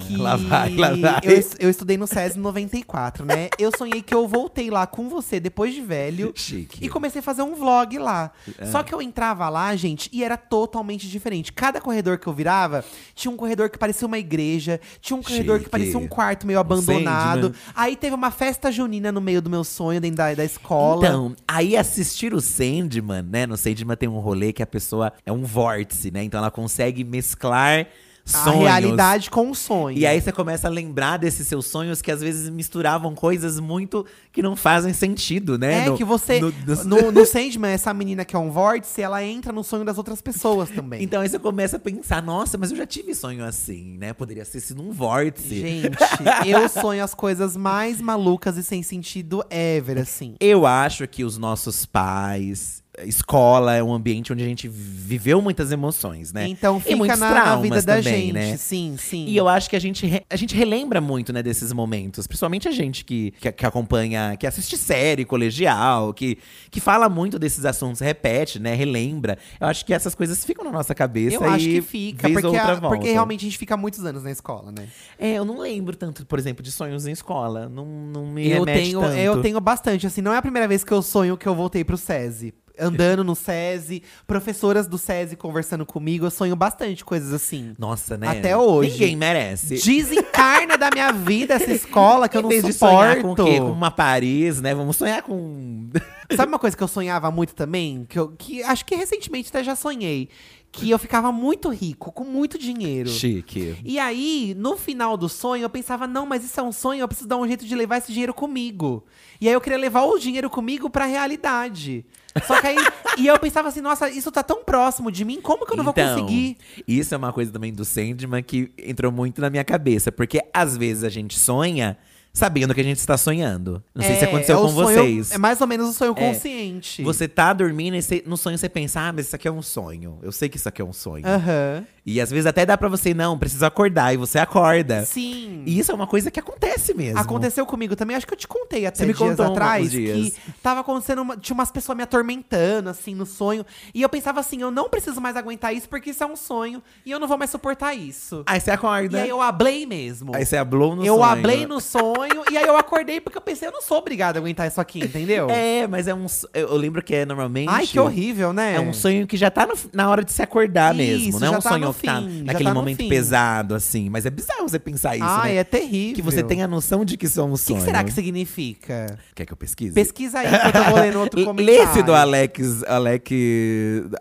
A: que
B: É, lá vai, lá vai.
A: Eu, es- eu estudei no SESI 94, né? Eu sonhei que eu voltei lá com você depois de velho.
B: Chique.
A: E comecei a fazer um vlog lá.
B: É.
A: Só que eu entrava lá, gente, e era totalmente diferente. Cada corredor que eu virava, tinha um corredor que parecia uma igreja, tinha um corredor que
B: Chique. né?
A: parecia um quarto meio abandonado. Aí teve uma festa junina no meio do meu sonho, dentro da, da escola.
B: Então, aí assistir o Sandman, né? No Sandman tem um rolê que a pessoa é um vórtice, né? Então ela consegue mesclar
A: a
B: sonhos.
A: realidade com o sonho.
B: E aí você começa a lembrar desses seus sonhos que às vezes misturavam coisas muito que não fazem sentido, né?
A: É,
B: No-
A: que você.
B: no-
A: No,
B: no-
A: no Sandman, essa menina que é um vórtice, ela entra no sonho das outras pessoas também.
B: Então aí você começa a pensar, nossa, mas eu já tive sonho assim, né? Poderia ser sido um vórtice.
A: Gente, eu sonho as coisas mais malucas e sem sentido ever, assim.
B: Eu acho que os nossos pais, escola é um ambiente onde a gente viveu muitas emoções, né?
A: Então
B: e
A: fica
B: muitos
A: na, na
B: traumas
A: vida da
B: também,
A: gente,
B: né?
A: sim, sim.
B: E eu acho que a gente, re- a gente relembra muito, né, desses momentos. Principalmente a gente que, que, que acompanha, que assiste série colegial, que, que fala muito desses assuntos, repete, né, relembra. Eu acho que essas coisas ficam na nossa cabeça
A: Eu
B: e
A: acho que fica,
B: vez ou
A: porque, a-
B: outra volta.
A: porque realmente a gente fica muitos anos na escola, né?
B: É, eu não lembro tanto, por exemplo, de sonhos em escola. Não, não me
A: eu
B: remete
A: tenho,
B: tanto.
A: eu tenho bastante, assim, não é a primeira vez que eu sonho que eu voltei pro SESI. andando no SESI, professoras do SESI conversando comigo. Eu sonho bastante coisas assim.
B: Nossa, né?
A: Até hoje.
B: Ninguém merece.
A: Desencarna da minha vida essa escola que eu
B: Em
A: não
B: vez de sonhar
A: suporto.
B: com o quê? Com uma Paris, né? Vamos sonhar com. um
A: Sabe uma coisa que eu sonhava muito também? Que, eu, que acho que recentemente até já sonhei. Que eu ficava muito rico, com muito dinheiro.
B: Chique.
A: E aí, no final do sonho, eu pensava, não, mas isso é um sonho, eu preciso dar um jeito de levar esse dinheiro comigo. E aí eu queria levar o dinheiro comigo pra realidade. Só que aí. e eu pensava assim, nossa, isso tá tão próximo de mim, como que eu não vou
B: Então,
A: conseguir?
B: Isso é uma coisa também do Sandman que entrou muito na minha cabeça, porque às vezes a gente sonha sabendo que a gente está sonhando. Não sei se
A: É,
B: aconteceu
A: é o
B: com
A: sonho-
B: vocês.
A: É mais ou menos um sonho
B: É.
A: consciente.
B: Você tá dormindo e você- no sonho você pensa, ah, mas isso aqui é um sonho. Eu sei que isso aqui é um sonho.
A: Aham.
B: E às vezes até dá pra você, não, preciso acordar, e você acorda.
A: Sim.
B: E isso é uma coisa que acontece mesmo.
A: Aconteceu comigo também, acho que eu te contei até
B: Você me
A: dias
B: contou um-
A: atrás
B: uns dias.
A: que tava acontecendo, uma- tinha umas pessoas me atormentando assim no sonho, e eu pensava assim, eu não preciso mais aguentar isso porque isso é um sonho e eu não vou mais suportar isso.
B: Aí você
A: E
B: acorda.
A: né? aí eu ablei mesmo.
B: Aí você ablou no
A: eu
B: sonho.
A: ablei no sonho e aí eu acordei porque eu pensei, eu não sou obrigada a aguentar isso aqui, entendeu?
B: É, mas é um. so- Eu eu lembro que é normalmente.
A: Ai, que horrível, né?
B: É um sonho que já tá no- na hora de se acordar
A: Isso,
B: mesmo. Não é
A: já
B: um
A: tá
B: sonho
A: no
B: que tá
A: fim, já
B: naquele
A: tá no
B: momento
A: fim.
B: pesado, assim. Mas é bizarro você pensar isso,
A: Ai,
B: né?
A: é terrível.
B: Que você tem a noção de que isso é um
A: O que,
B: sonho.
A: que será que significa?
B: Quer que eu pesquise?
A: Pesquisa aí, que eu tô lendo outro
B: L-
A: comentário. Tá,
B: Lê esse do Alex, Alex,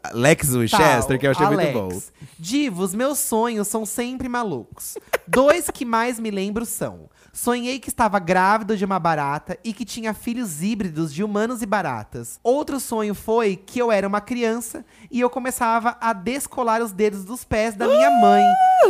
B: Alex Winchester, que eu achei
A: Alex,
B: muito bom.
A: Divos, meus sonhos são sempre malucos. Dois que mais me lembro são: sonhei que estava grávida de uma barata e que tinha filhos híbridos de humanos e baratas. Outro sonho foi que eu era uma criança e eu começava a descolar os dedos dos pés da minha mãe.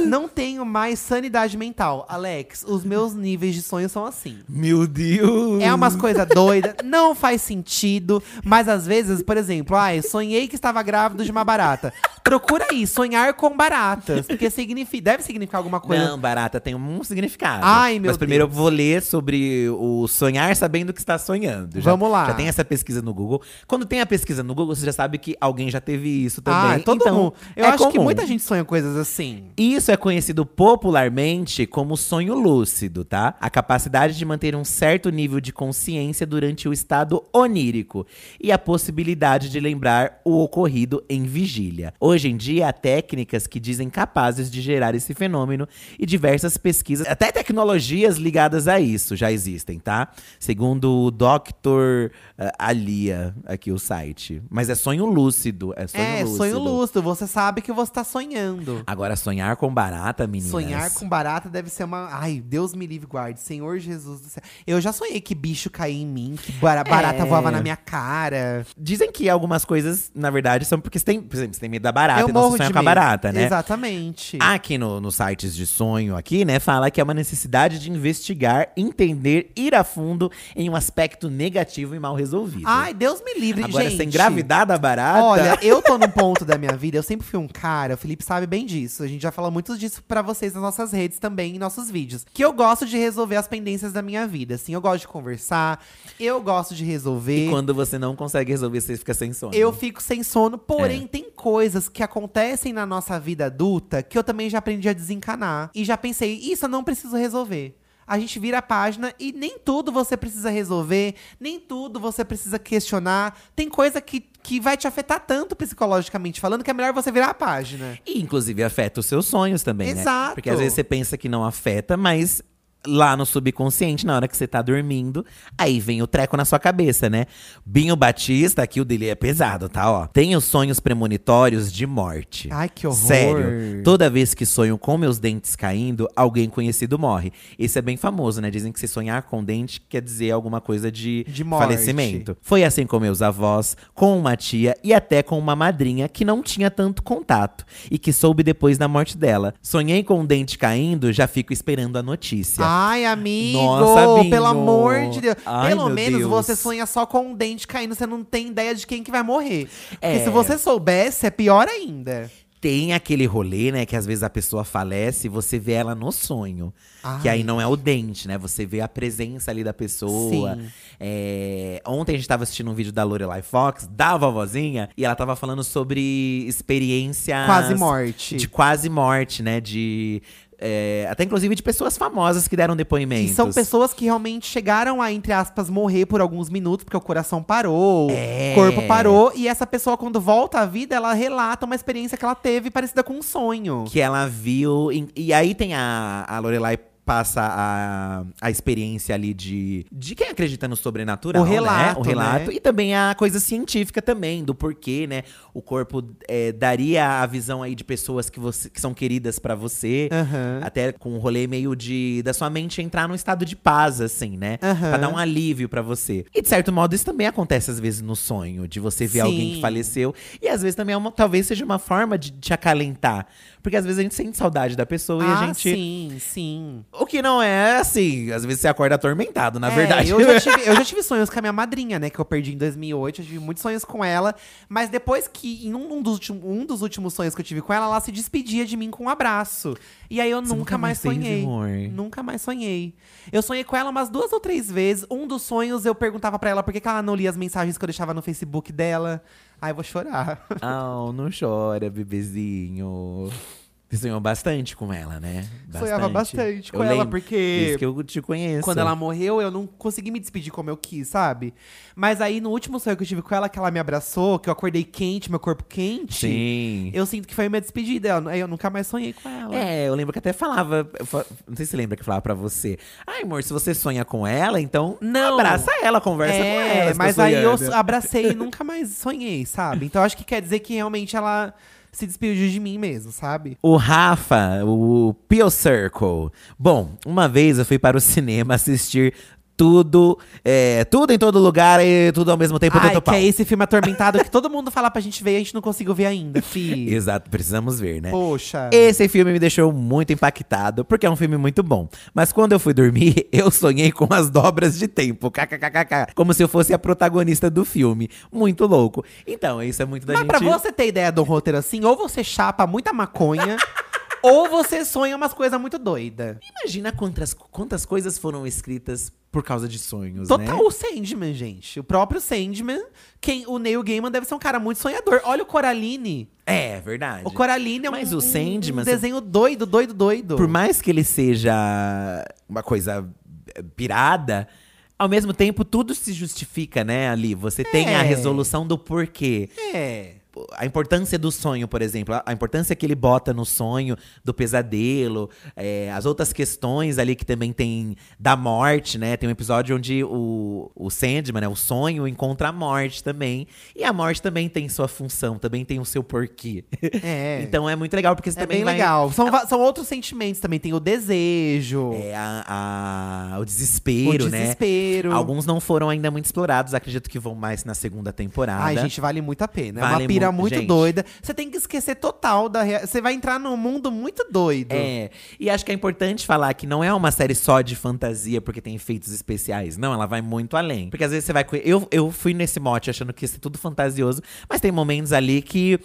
A: Não tenho mais sanidade mental. Alex, os meus níveis de sonho são assim.
B: Meu Deus!
A: É umas coisas doidas, não faz sentido. Mas às vezes, por exemplo, ai, sonhei que estava grávido de uma barata. Procura aí, sonhar com baratas. Porque significa, deve significar alguma coisa. assim
B: Não, barata tem um significado.
A: Ai, meu
B: Mas primeiro eu vou ler sobre o sonhar sabendo que está sonhando. Já-
A: Vamos lá.
B: Já tem essa pesquisa no Google. Quando tem a pesquisa no Google, você já sabe que alguém já teve isso
A: ah,
B: também.
A: todo
B: então,
A: mundo. Eu
B: é
A: acho que
B: comum.
A: muita gente sonha coisas assim.
B: Isso é conhecido popularmente como sonho lúcido, tá? A capacidade de manter um certo nível de consciência durante o estado onírico e a possibilidade de lembrar o ocorrido em vigília. Hoje em dia, há técnicas que dizem capazes de gerar esse fenômeno e diversas pesquisas, até tecnologias ligadas a isso já existem, tá? Segundo o Dr. eh, Alia, aqui o site. Mas é sonho lúcido, é sonho
A: é,
B: lúcido.
A: sonho lustro. Você sabe que você tá sonhando.
B: Agora, sonhar com barata, meninas.
A: Sonhar com barata deve ser uma. Ai, Deus me livre, guarde. Senhor Jesus do céu. Eu já sonhei que bicho caía em mim, que bara- barata
B: É.
A: voava na minha cara.
B: Dizem que algumas coisas, na verdade, são porque você tem, por exemplo, você tem medo da barata
A: eu
B: e não
A: morro
B: você sonha
A: de
B: com a
A: medo.
B: barata, né?
A: Exatamente.
B: Aqui no- nos sites de sonho, aqui, né, fala que é uma necessidade de investigar, entender, ir a fundo em um aspecto negativo e mal resolvido.
A: Ai, Deus me livre,
B: Agora,
A: gente.
B: sem gravidade né? da barata.
A: Olha, eu tô num ponto da minha vida, eu sempre fui um cara, o Felipe sabe bem disso. A gente já fala muito disso pra vocês nas nossas redes também, em nossos vídeos. Que eu gosto de resolver as pendências da minha vida, assim. Eu gosto de conversar, eu gosto de resolver.
B: E quando você não consegue resolver, você fica sem sono.
A: Eu fico sem sono, porém
B: É.
A: tem coisas que acontecem na nossa vida adulta que eu também já aprendi a desencanar. E já pensei, isso eu não preciso resolver. A gente vira a página e nem tudo você precisa resolver, nem tudo você precisa questionar. Tem coisa que, que vai te afetar tanto psicologicamente falando que é melhor você virar a página.
B: E, inclusive, afeta os seus sonhos também, né?
A: Exato.
B: Porque às vezes você pensa que não afeta, mas lá no subconsciente, na hora que você tá dormindo, aí vem o treco na sua cabeça, né? Binho Batista, aqui o dele é pesado, tá? Ó. Tenho sonhos premonitórios de morte.
A: Ai, que horror.
B: Sério. Toda vez que sonho com meus dentes caindo, alguém conhecido morre. Esse é bem famoso, né? Dizem que se sonhar com dente quer dizer alguma coisa de,
A: De morte.
B: falecimento. Foi assim com meus avós, com uma tia e até com uma madrinha que não tinha tanto contato e que soube depois da morte dela. Sonhei com um dente caindo, já fico esperando a notícia.
A: Ai, amigo,
B: Nossa, Binho.
A: pelo amor de Deus.
B: Ai,
A: pelo
B: meu
A: menos
B: Deus.
A: você sonha só com um dente caindo, você não tem ideia de quem que vai morrer. Porque
B: É.
A: se você soubesse, é pior ainda.
B: Tem aquele rolê, né, que às vezes a pessoa falece e você vê ela no sonho. Que aí não é o dente, né? Você vê a presença ali da pessoa.
A: Sim.
B: É, Ontem a gente tava assistindo um vídeo da Lorelai Fox, da vovozinha, e ela tava falando sobre experiência
A: Quase morte.
B: De quase morte, né? De É, até inclusive de pessoas famosas que deram depoimentos.
A: E são pessoas que realmente chegaram a, entre aspas, morrer por alguns minutos, porque o coração parou,
B: É.
A: o corpo parou. E essa pessoa, quando volta à vida, ela relata uma experiência que ela teve parecida com um sonho.
B: que ela viu. em- E aí tem a, a Lorelai passa a, a experiência ali de, de quem acredita no sobrenatural,
A: O
B: né?
A: relato,
B: O relato.
A: né?
B: E também a coisa científica também, do porquê, né? O corpo é, daria a visão aí de pessoas que, você, que são queridas pra
A: É.
B: você.
A: Aham.
B: Até com um rolê meio de da sua mente entrar num estado de paz, assim, né?
A: Aham.
B: Pra dar um alívio pra você. E de certo modo, isso também acontece às vezes no sonho, de você ver alguém que
A: Sim.
B: faleceu. E às vezes também é uma, talvez seja uma forma de te acalentar. Porque às vezes a gente sente saudade da pessoa e a
A: Ah,
B: gente.
A: sim, sim.
B: O que não é assim, às vezes você acorda atormentado, na
A: É,
B: verdade.
A: Eu já, tive, eu já tive sonhos com a minha madrinha, né? Que eu perdi em 2008. Eu tive muitos sonhos com ela. Mas depois que, em um, um dos, ultim- um dos últimos sonhos que eu tive com ela, ela se despedia de mim com um abraço. E aí eu
B: Você
A: nunca, mais
B: fez, um
A: sonhei.
B: amor.
A: Nunca mais sonhei. Eu sonhei com ela umas duas ou três vezes. Um dos sonhos eu perguntava pra ela por que, que ela não lia as mensagens que eu deixava no Facebook dela. Ai, eu vou chorar.
B: Ah, não chora, bebezinho. Você sonhou bastante com ela, né?
A: Sonhava bastante com
B: Eu
A: ela,
B: lembro.
A: porque.
B: Desde que eu te conheço.
A: Quando ela morreu, eu não consegui me despedir como eu quis, sabe? Mas aí, no último sonho que eu tive com ela, que ela me abraçou, que eu acordei quente, meu corpo quente.
B: Sim.
A: Eu sinto que foi minha despedida. Eu- Aí eu nunca mais sonhei com ela.
B: É, eu lembro que até falava. eu fa- Não sei se você lembra que eu falava pra você. Ai, amor, se você sonha com ela, então
A: Não.
B: abraça ela, conversa com
A: É,
B: ela. se tá
A: mas aí eu
B: sonhando.
A: abracei e nunca mais sonhei, sabe? Então acho que quer dizer que realmente ela se despediu de mim mesmo, sabe?
B: O Rafa, o Pio Circle. Bom, uma vez eu fui para o cinema assistir tudo, é, tudo em todo lugar e tudo ao mesmo tempo.
A: Ai,
B: Tanto
A: que
B: pau.
A: é esse filme atormentado que todo mundo fala pra gente ver e a gente não conseguiu ver ainda, fi.
B: Exato, precisamos ver, né?
A: Poxa.
B: Esse filme me deixou muito impactado, porque é um filme muito bom. Mas quando eu fui dormir, eu sonhei com as dobras de tempo, kkkk, como se eu fosse a protagonista do filme. Muito louco. Então, isso é muito da
A: Mas
B: gente.
A: pra você ter ideia do roteiro assim, ou você chapa muita maconha, ou você sonha umas coisas muito doidas.
B: Imagina quantas, quantas coisas foram escritas por causa de sonhos,
A: Total
B: né?
A: o Sandman, gente. O próprio Sandman, quem, o Neil Gaiman deve ser um cara muito sonhador. Olha o Coraline.
B: É, verdade.
A: O Coraline é um,
B: Mas o
A: um-
B: Sandman,
A: um desenho doido, doido, doido.
B: Por mais que ele seja uma coisa eh, pirada, ao mesmo tempo tudo se justifica, né, ali. Você tem
A: É.
B: a resolução do porquê.
A: É.
B: a importância do sonho, por exemplo, a- a importância que ele bota no sonho, do pesadelo, é, as outras questões ali que também tem da morte, né? Tem um episódio onde o, o Sandman, né, o sonho, encontra a morte também. E a morte também tem sua função, também tem o seu porquê.
A: É.
B: Então é muito legal, porque você
A: é
B: também
A: bem
B: vai-
A: legal. São, va- são outros sentimentos também. Tem o desejo,
B: É, a- a- o
A: o
B: desespero, né?
A: desespero.
B: Alguns não foram ainda muito explorados, acredito que vão mais na segunda temporada.
A: Ai, gente, vale muito a pena. é
B: Vale
A: uma pira
B: mu-
A: muito
B: gente.
A: doida. Você tem que esquecer total da. rea- Você vai entrar num mundo muito doido.
B: É, e acho que é importante falar que não é uma série só de fantasia porque tem efeitos especiais. Não, ela vai muito além. Porque às vezes você vai. co- Eu, eu fui nesse mote achando que ia ser tudo fantasioso, mas tem momentos ali que.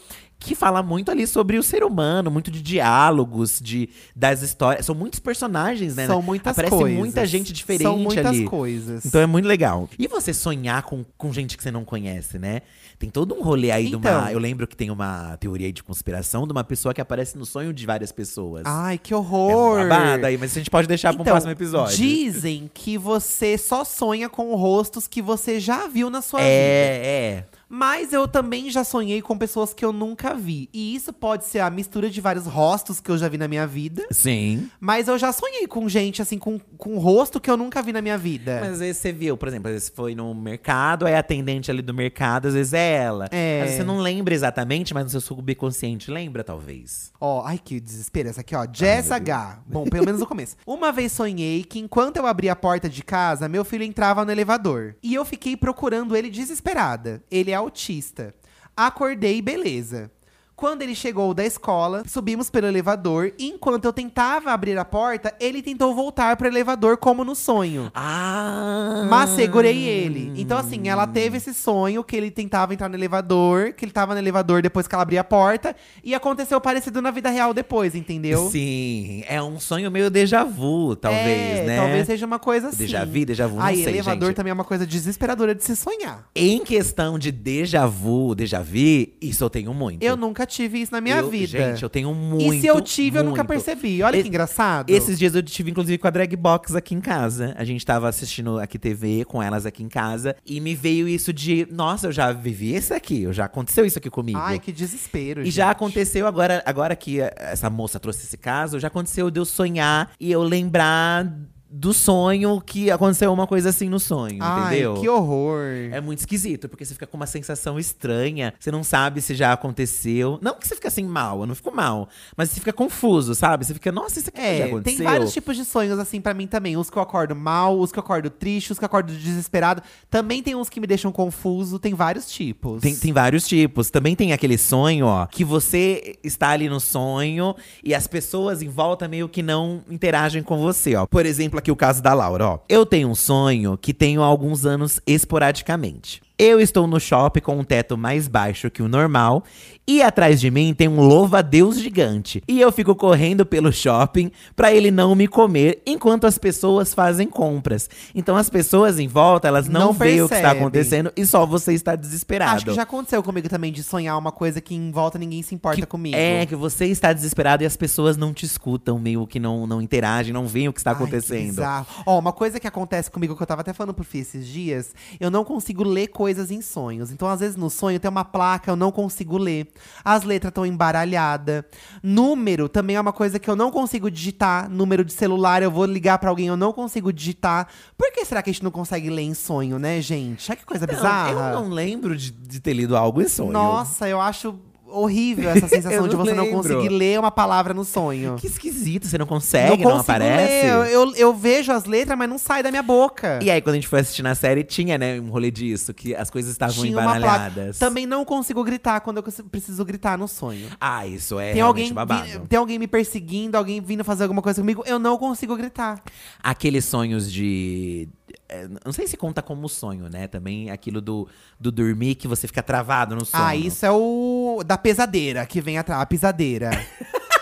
B: Que fala muito ali sobre o ser humano, muito de diálogos, de, das histórias. São muitos personagens, né?
A: São muitas
B: Aparece
A: coisas.
B: muita gente diferente
A: São muitas
B: ali.
A: coisas.
B: Então é muito legal. E você sonhar com, com gente que você não conhece, né? Tem todo um rolê aí de
A: Então.
B: uma. Eu lembro que tem uma teoria aí de conspiração de uma pessoa que aparece no sonho de várias pessoas.
A: Ai, que
B: É um
A: horror!
B: babado aí, mas a gente pode deixar pra um
A: Então,
B: próximo episódio.
A: Dizem que você só sonha com rostos que você já viu na sua vida.
B: É, é.
A: Mas eu também já sonhei com pessoas que eu nunca vi. E isso pode ser a mistura de vários rostos que eu já vi na minha vida.
B: Sim.
A: Mas eu já sonhei com gente, assim, com, com rosto que eu nunca vi na minha vida.
B: Mas às vezes você viu, por exemplo, às vezes foi no mercado, aí a atendente ali do mercado, às vezes é ela.
A: É.
B: Às vezes você não lembra exatamente, mas no seu subconsciente lembra, talvez.
A: Ó, ai que desespero essa aqui, ó. Jess H. Bom, pelo menos no começo. Uma vez sonhei que enquanto eu abria a porta de casa, meu filho entrava no elevador. E eu fiquei procurando ele desesperada. Ele é autista. Acordei, beleza. Quando ele chegou da escola, subimos pelo elevador. E enquanto eu tentava abrir a porta, ele tentou voltar pro elevador como no sonho.
B: Ah!
A: Mas segurei
B: Hum.
A: ele. Então, assim, ela teve esse sonho que ele tentava entrar no elevador, que ele tava no elevador depois que ela abria a porta, e aconteceu parecido na vida real depois, entendeu?
B: Sim, é um sonho meio déjà vu, talvez,
A: É,
B: né?
A: Talvez seja uma coisa assim.
B: Déjà vu, déjà vu, não
A: Aí,
B: sei,
A: elevador
B: gente.
A: também é uma coisa desesperadora de se sonhar.
B: Em questão de déjà vu, déjà vu, isso eu tenho muito.
A: Eu nunca tive isso na minha
B: Eu-
A: vida.
B: Gente, eu tenho muito.
A: e se eu tive, eu nunca
B: muito.
A: percebi. Olha
B: Es-
A: que engraçado.
B: Esses dias eu tive, inclusive, com a drag box aqui em casa. A gente tava assistindo aqui TV com elas aqui em casa. E me veio isso de, nossa, eu já vivi isso aqui, eu já aconteceu isso aqui comigo.
A: Ai, que desespero.
B: E já
A: gente.
B: aconteceu agora, agora que eh, essa moça trouxe esse caso, já aconteceu de eu sonhar e eu lembrar do sonho que aconteceu uma coisa assim no sonho,
A: Ai,
B: entendeu?
A: que horror.
B: É muito esquisito, porque você fica com uma sensação estranha. Você não sabe se já aconteceu. Não que você fica assim mal, eu não fico mal. Mas você fica confuso, sabe? Você fica, nossa, isso aqui já
A: É,
B: aconteceu.
A: tem vários tipos de sonhos, assim, pra mim também. Os que eu acordo mal, os que eu acordo triste, os que eu acordo desesperado. Também tem uns que me deixam confuso, tem vários tipos.
B: Tem, tem vários tipos. Também tem aquele sonho, ó, que você está ali no sonho e as pessoas em volta meio que não interagem com você, ó. Por exemplo, aqui o caso da Laura, ó. Eu tenho um sonho que tenho há alguns anos esporadicamente. Eu estou no shopping com um teto mais baixo que o normal e atrás de mim tem um louva-a-Deus gigante. E eu fico correndo pelo shopping pra ele não me comer enquanto as pessoas fazem compras. Então as pessoas em volta, elas não,
A: Não
B: veem o que está
A: percebem.
B: acontecendo e só você está desesperado.
A: Acho que já aconteceu comigo também de sonhar uma coisa que em volta ninguém se importa comigo.
B: É, que você está desesperado e as pessoas não te escutam, meio que não, não interagem, não veem o que está
A: Ai, que
B: tá acontecendo.
A: bizarro. Ó, uma coisa que acontece comigo, que eu tava até falando pro Fih esses dias, eu não consigo ler coisas em sonhos. Então, às vezes, no sonho tem uma placa, eu não consigo ler. As letras estão embaralhadas. Número também é uma coisa que eu não consigo digitar. Número de celular, eu vou ligar pra alguém, eu não consigo digitar. Por que será que a gente não consegue ler em sonho, né, gente? Olha que coisa
B: Então,
A: bizarra.
B: eu não lembro de, de ter lido algo em sonho.
A: Nossa, eu acho horrível essa sensação
B: Eu
A: de
B: não
A: você não
B: lembro.
A: conseguir ler uma palavra no sonho.
B: Que esquisito, você não consegue, não,
A: consigo
B: aparece.
A: ler, Eu, eu vejo as letras, mas não sai da minha boca.
B: E aí, quando a gente foi assistir na série, tinha, né, um rolê disso, que as coisas estavam embaralhadas.
A: Também não consigo gritar quando eu consi- preciso gritar no sonho.
B: Ah, isso é
A: tem,
B: realmente
A: alguém
B: babado.
A: vi- tem alguém me perseguindo, alguém vindo fazer alguma coisa comigo, eu não consigo gritar.
B: Aqueles sonhos de. é, Não sei se conta como sonho, né? Também aquilo do, do dormir que você fica travado no sono.
A: Ah, isso é o da pesadeira que vem atrás. A pisadeira.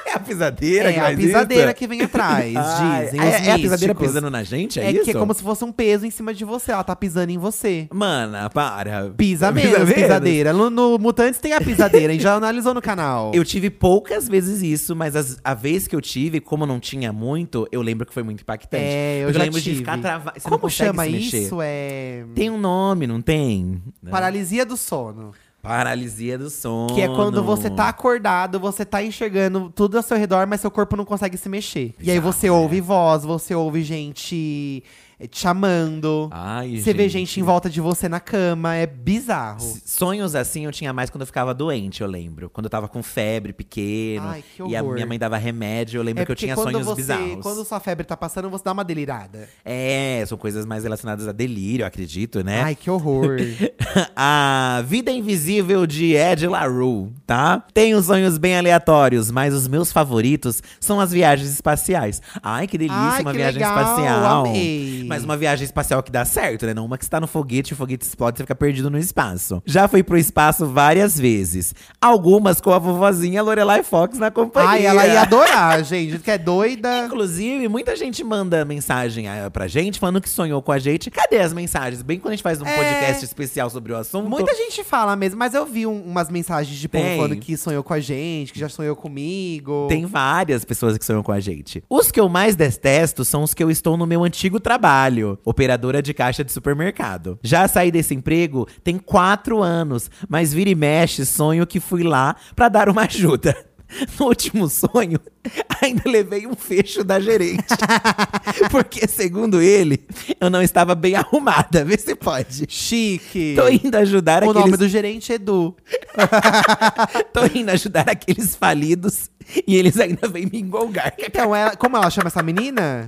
B: É a pisadeira
A: é a pisadeira que vem atrás,
B: Ai,
A: dizem.
B: é,
A: os
B: é a pisadeira
A: místicos.
B: pisando na gente? É,
A: É
B: isso?
A: que é como se fosse um peso em cima de você. Ela tá pisando em você.
B: Mana, para.
A: Pisa menos,
B: menos.
A: pisadeira. No, no Mutantes tem a pisadeira, a gente já analisou no canal.
B: Eu tive poucas vezes isso, mas as- a vez que eu tive, como não tinha muito, eu lembro que foi muito impactante.
A: É, eu
B: Porque
A: já
B: lembro
A: tive.
B: de ficar travado. Você não
A: Como
B: consegue
A: chama
B: se mexer. Né?
A: isso? É.
B: Tem um nome, não tem?
A: Paralisia do sono.
B: Paralisia do sono.
A: Que é quando você tá acordado, você tá enxergando tudo ao seu redor, mas seu corpo não consegue se mexer. E aí
B: Bizarro,
A: você ouve voz, você ouve gente eh, te chamando.
B: Ai,
A: você vê gente em volta de você na cama. É bizarro.
B: Sonhos assim eu tinha mais quando eu ficava doente, eu lembro. Quando eu tava com febre pequeno.
A: Ai, que
B: e a
A: horror.
B: minha mãe dava remédio, eu lembro
A: é
B: que eu
A: porque
B: tinha
A: quando
B: sonhos
A: você,
B: bizarros.
A: Quando sua febre tá passando, você dá uma delirada.
B: É, são coisas mais relacionadas a delírio, eu acredito, né?
A: Ai, que horror.
B: a Vida Invisível de Ed LaRue, tá? Tenho sonhos bem aleatórios, mas os meus favoritos são as viagens espaciais. Ai, que delícia,
A: Ai,
B: uma
A: que
B: viagem
A: legal,
B: espacial.
A: amei.
B: Mas uma viagem espacial que dá certo, né? Não uma que está no foguete, o foguete explode, você fica perdido no espaço. Já fui pro espaço várias vezes. Algumas com a vovozinha Lorelai Fox na companhia.
A: Ai, ela ia adorar, gente. Que é doida.
B: Inclusive, muita gente manda mensagem ah, pra gente falando que sonhou com a gente. Cadê as mensagens? Bem quando a gente faz um
A: É.
B: podcast especial sobre o assunto.
A: Muita gente fala mesmo, mas eu vi um- umas mensagens de povo
B: Tem.
A: falando que sonhou com a gente, que já sonhou comigo.
B: Tem várias pessoas que sonham com a gente. Os que eu mais detesto são os que eu estou no meu antigo trabalho, operadora de caixa de supermercado. Já saí desse emprego tem quatro anos, mas vira e mexe sonho que fui lá pra dar uma ajuda. No último sonho, ainda levei um fecho da gerente. Porque, segundo ele, eu não estava bem arrumada. Vê se pode.
A: Chique.
B: um Tô indo ajudar
A: o
B: aqueles
A: nome do gerente é Edu.
B: Tô indo ajudar aqueles falidos e eles ainda vêm me engolgar.
A: Então, ela, como ela chama essa menina?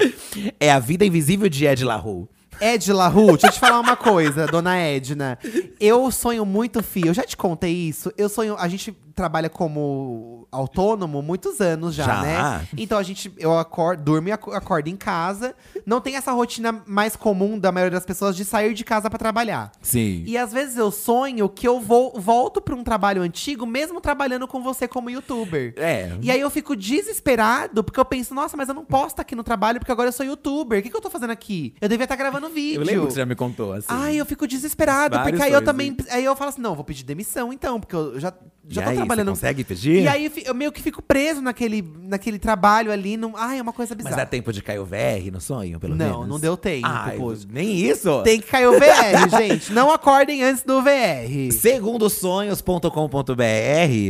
B: É a vida invisível de Ed LaRue.
A: Edla Ru, deixa eu te falar uma coisa, dona Edna. Eu sonho muito, Fih. Eu já te contei isso. Eu sonho. A gente trabalha como autônomo muitos anos já,
B: Já?
A: né? Então a gente. Eu acordo, durmo e aco- acordo em casa. Não tem essa rotina mais comum da maioria das pessoas de sair de casa pra trabalhar.
B: Sim.
A: E às vezes eu sonho que eu vou, volto pra um trabalho antigo, mesmo trabalhando com você como youtuber.
B: É.
A: E aí eu fico desesperado, porque eu penso, nossa, mas eu não posso estar aqui no trabalho, porque agora eu sou youtuber. O que, que eu tô fazendo aqui? Eu devia estar gravando vídeo.
B: Eu lembro que você já me contou, assim.
A: Ai, eu fico desesperado,
B: Vários
A: porque aí eu
B: sonhos,
A: também. Aí eu falo assim, não, vou pedir demissão então, porque eu já já
B: e
A: tô
B: aí,
A: trabalhando.
B: Você consegue fugir?
A: E aí é fi- eu meio que fico preso naquele, naquele trabalho ali. Não... Ai, é uma coisa
B: Mas
A: bizarra.
B: dá tempo de cair o VR no sonho, pelo
A: não,
B: menos?
A: não deu tempo.
B: Ai,
A: pô.
B: nem isso?
A: Tem que cair o VR, gente. Não acordem antes do VR.
B: Segundo sonhos.com.br,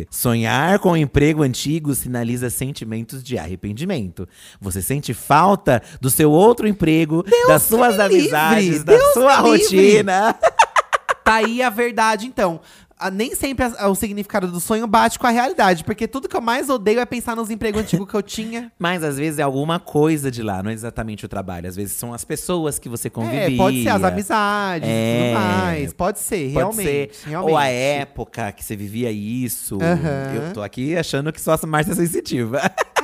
B: sonhar com o emprego antigo sinaliza sentimentos de arrependimento. Você sente falta do seu outro emprego, das suas
A: me livre!
B: amizades, da
A: Deus
B: sua
A: me livre!
B: rotina.
A: Tá aí a verdade, então. Ah, Nem sempre as- o significado do sonho bate com a realidade, porque tudo que eu mais odeio é pensar nos empregos antigos que eu tinha.
B: Mas às vezes é alguma coisa de lá, não é exatamente o trabalho. Às vezes são as pessoas que você convivia.
A: É, pode ser as amizades e
B: É.
A: tudo mais. Pode ser,
B: Pode
A: realmente.
B: ser.
A: realmente.
B: Ou a época que você vivia isso.
A: Aham.
B: Eu tô aqui achando que só a Márcia é sensitiva.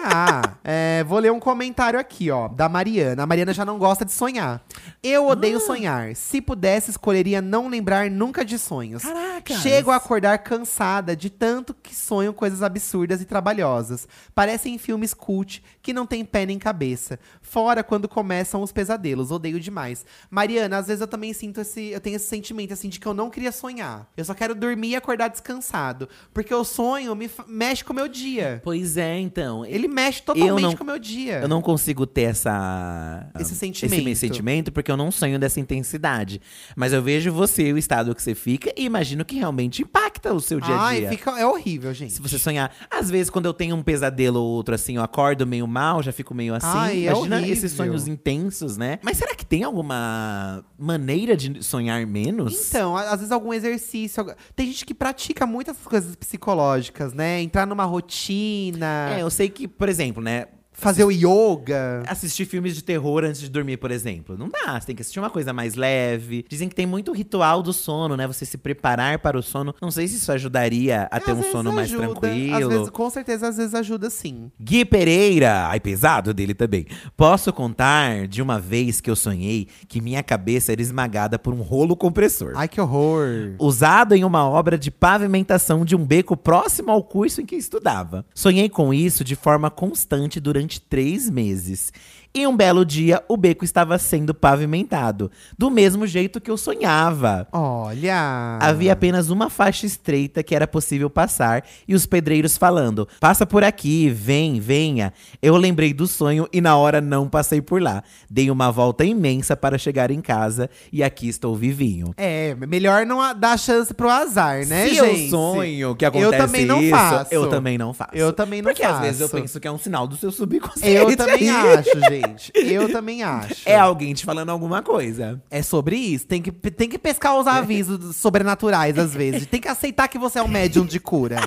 A: Ah, é, vou ler um comentário aqui, ó, da Mariana. A Mariana já não gosta de sonhar. Eu
B: Ah.
A: odeio sonhar. Se pudesse, escolheria não lembrar nunca de sonhos.
B: Caraca!
A: Chego a acordar cansada de tanto que sonho coisas absurdas e trabalhosas. Parecem filmes cult que não tem pé nem cabeça. Fora quando começam os pesadelos, odeio demais. Mariana, às vezes eu também sinto esse, eu tenho esse sentimento assim de que eu não queria sonhar. Eu só quero dormir e acordar descansado, porque o sonho me fa- mexe com o meu dia.
B: Pois é, então.
A: Ele mexe totalmente
B: não-
A: com o meu dia.
B: Eu não consigo ter essa.
A: Esse
B: Esse
A: sentimento.
B: me- sentimento, porque eu não sonho dessa intensidade. Mas eu vejo você, o estado que você fica, e imagino que realmente impacta o seu dia a
A: Ai,
B: dia.
A: fica, é horrível, gente.
B: Se você sonhar. Às vezes, quando eu tenho um pesadelo ou outro, assim, eu acordo meio mal, já fico meio assim.
A: Ai, é
B: Imagina
A: horrível.
B: esses sonhos intensos, né? Mas será que tem alguma maneira de sonhar menos?
A: Então, a- às vezes algum exercício. algu- Tem gente que pratica muito essas coisas psicológicas, né? Entrar numa rotina,
B: É, eu sei que, por exemplo, né?
A: fazer o yoga.
B: Assistir filmes de terror antes de dormir, por exemplo. Não dá, você tem que assistir uma coisa mais leve. Dizem que tem muito ritual do sono, né? Você se preparar para o sono. Não sei se isso ajudaria a
A: É,
B: ter
A: Às
B: um
A: vezes
B: sono mais
A: ajuda, Às
B: tranquilo.
A: vezes, com certeza, às vezes ajuda sim.
B: Gui Pereira, ai pesado dele também. Posso contar de uma vez que eu sonhei que minha cabeça era esmagada por um rolo compressor.
A: Ai, que horror.
B: Usado em uma obra de pavimentação de um beco próximo ao curso em que estudava. Sonhei com isso de forma constante durante três meses. E um belo dia, o beco estava sendo pavimentado, do mesmo jeito que eu sonhava.
A: Olha.
B: Havia apenas uma faixa estreita que era possível passar e os pedreiros falando: passa por aqui, vem, venha. Eu lembrei do sonho e na hora não passei por lá. Dei uma volta imensa para chegar em casa e aqui estou vivinho.
A: É, melhor não a- dar chance pro azar, né,
B: Se
A: gente?
B: eu sonho que acontece
A: também não
B: isso,
A: faço.
B: eu também não faço.
A: Eu também não
B: Porque às
A: faço.
B: vezes eu penso que é um sinal do seu subconsciente.
A: Eu também
B: aí.
A: acho, gente. Eu também acho.
B: É alguém te falando alguma coisa.
A: É sobre isso. Tem que, tem que pescar os avisos sobrenaturais, às vezes. Tem que aceitar que você é um médium de cura.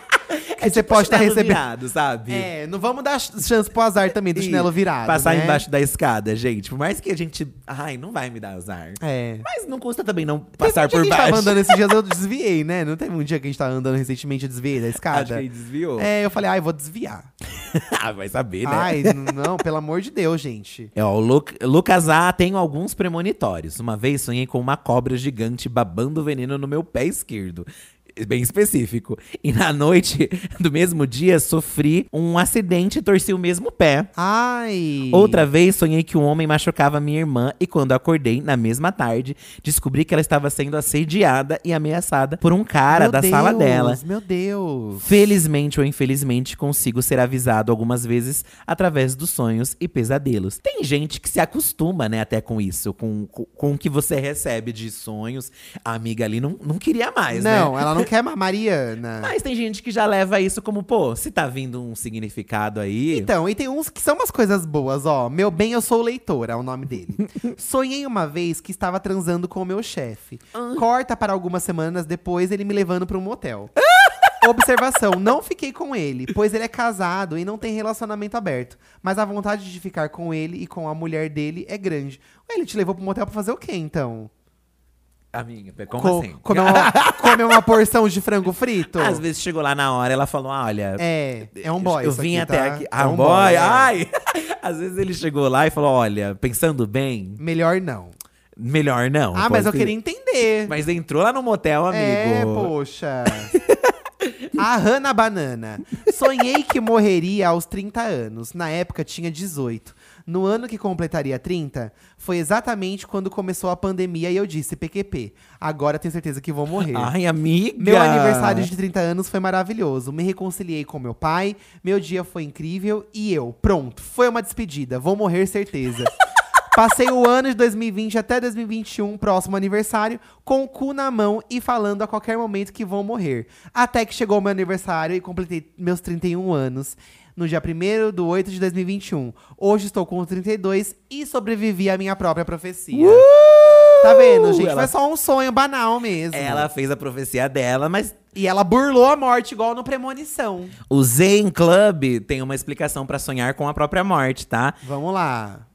A: que você pode estar
B: Chinelo
A: recebendo.
B: virado, sabe?
A: tipo É, não vamos dar ch- chance pro azar também do
B: E
A: chinelo virado.
B: Passar
A: né?
B: embaixo da escada, gente. Por mais que a gente. Ai, não vai me dar azar.
A: É.
B: Mas não custa também não passar
A: Teve um
B: por
A: dia que a gente
B: baixo.
A: tava andando esses dias, eu desviei, né? Não teve um dia que a gente tava andando recentemente, eu desviei da
B: Acho
A: escada.
B: que ele desviou.
A: É, eu falei, ai, vou desviar.
B: ah, vai saber, né?
A: Ai, n- não, pelo amor de Deus, gente.
B: É, ó, o Lu- Lucas A tem alguns premonitórios. Uma vez sonhei com uma cobra gigante babando veneno no meu pé esquerdo. É Bem específico. E na noite do mesmo dia sofri um acidente e torci o mesmo pé.
A: Ai.
B: Outra vez sonhei que um homem machucava minha irmã e quando acordei, na mesma tarde, descobri que ela estava sendo assediada e ameaçada por um cara
A: Meu
B: da sala
A: Deus,
B: dela.
A: Meu Deus.
B: Felizmente ou infelizmente, consigo ser avisado algumas vezes através dos sonhos e pesadelos. Tem gente que se acostuma, né, até com isso, com, com, com o que você recebe de sonhos. A amiga ali não, não queria mais, né?
A: não, ela não quer mais Mariana.
B: Mas tem gente que já leva isso como, pô, se tá vindo um significado aí.
A: Então, e tem uns que são umas coisas boas, ó. Meu bem, eu sou leitora, é o nome dele. Sonhei uma vez que estava transando com o meu chefe. Corta para algumas semanas depois ele me levando para um motel. Observação, não fiquei com ele, pois ele é casado e não tem relacionamento aberto. Mas a vontade de ficar com ele e com a mulher dele é grande. Ué, ele te levou pro motel pra fazer o quê, então?
B: Amiga, como
A: Co-
B: assim?
A: Comer uma, comer uma porção de frango frito?
B: Às vezes chegou lá na hora, ela falou: ah, olha.
A: É, é um boy.
B: Eu
A: isso
B: vim
A: aqui,
B: até
A: tá?
B: aqui.
A: É
B: Ah, um boy.
A: é.
B: Ai! Às vezes ele chegou lá e falou: olha, pensando bem,
A: Melhor não.
B: melhor não.
A: ah, mas
B: pode
A: eu
B: ser."
A: queria entender.
B: Mas entrou lá no motel, amigo.
A: É, poxa. A Hannah Banana. Sonhei que morreria aos 30 anos. Na época tinha 18. No ano que completaria 30, foi exatamente quando começou a pandemia e eu disse PQP. Agora tenho certeza que vou morrer.
B: Ai, amiga!
A: Meu aniversário de 30 anos foi maravilhoso. Me reconciliei com meu pai, meu dia foi incrível e eu, pronto, foi uma despedida. Vou morrer certeza. Passei o ano de 2020 até 2021, próximo aniversário, com o cu na mão e falando a qualquer momento que vão morrer. Até que chegou meu aniversário e completei meus 31 anos. No dia 1 de 8 de 2021. Hoje estou com 32 e sobrevivi à minha própria profecia. Tá vendo, gente?
B: Uh! Ela-
A: Foi só um sonho banal mesmo.
B: Ela fez a profecia dela, mas
A: E ela burlou a morte, igual no Premonição.
B: o Zen Club tem uma explicação pra sonhar com a própria morte, tá?
A: Vamos lá.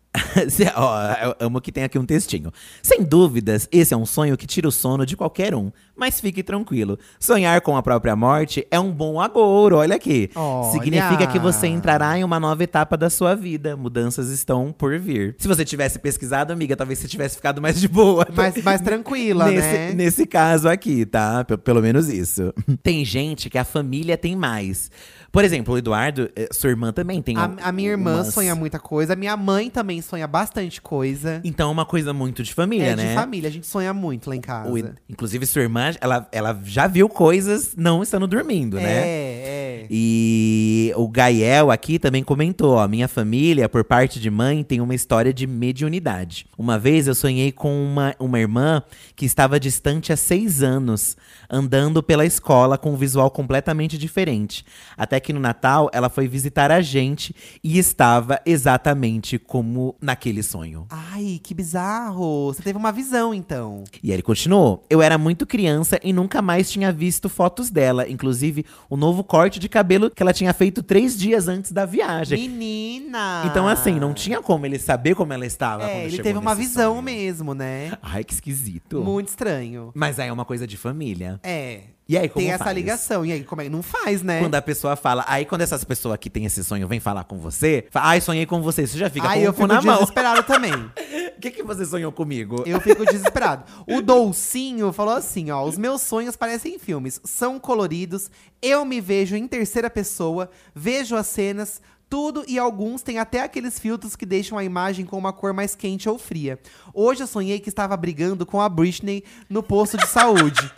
B: Se- ó, eu amo que tem aqui um textinho. Sem dúvidas, esse é um sonho que tira o sono de qualquer um. Mas fique tranquilo. Sonhar com a própria morte é um bom agouro, olha aqui.
A: Olha!
B: Significa que você entrará em uma nova etapa da sua vida. Mudanças estão por vir. Se você tivesse pesquisado, amiga, talvez você tivesse ficado mais de boa.
A: Mais, mais tranquila,
B: nesse,
A: né?
B: nesse caso aqui, tá? Pe- pelo menos isso. tem gente que a família tem mais. Por exemplo, o Eduardo, eh, sua irmã também tem um-
A: A, a minha irmã
B: umas-
A: sonha muita coisa, a minha mãe também sonha bastante coisa.
B: Então é uma coisa muito de família,
A: é
B: né?
A: de família, a gente sonha muito lá em casa.
B: O Ed- inclusive, sua irmã, ela, ela já viu coisas não estando dormindo,
A: é,
B: né?
A: é.
B: E o Gael aqui também comentou: ó, minha família, por parte de mãe, tem uma história de mediunidade. Uma vez eu sonhei com uma, uma irmã que estava distante há seis anos, andando pela escola com um visual completamente diferente. Até que no Natal ela foi visitar a gente e estava exatamente como naquele sonho.
A: Ai, que bizarro. Você teve uma visão, então.
B: E ele continuou: Eu era muito criança e nunca mais tinha visto fotos dela, inclusive o novo corte de cabelo que ela tinha feito três dias antes da viagem.
A: Menina!
B: Então, assim, não tinha como ele saber como ela estava. quando
A: É, ele
B: chegou
A: teve uma
B: nesse
A: visão
B: sonho.
A: mesmo, né?
B: Ai, que esquisito.
A: Muito estranho.
B: Mas aí é uma coisa de família.
A: É.
B: E aí, como
A: Tem essa
B: faz?
A: ligação. E aí, como é? Não faz, né?
B: Quando a pessoa fala, aí quando essas pessoas que têm esse sonho vêm falar com você, fala, ai, sonhei com você, você já fica
A: Ai,
B: com
A: eu
B: o cu
A: fico
B: na mão.
A: desesperado também.
B: O que, que você sonhou comigo?
A: Eu fico desesperado. O Dolcinho falou assim, ó. Os meus sonhos parecem filmes. São coloridos. Eu me vejo em terceira pessoa. Vejo as cenas. Tudo e alguns têm até aqueles filtros que deixam a imagem com uma cor mais quente ou fria. Hoje eu sonhei que estava brigando com a Britney no posto de saúde.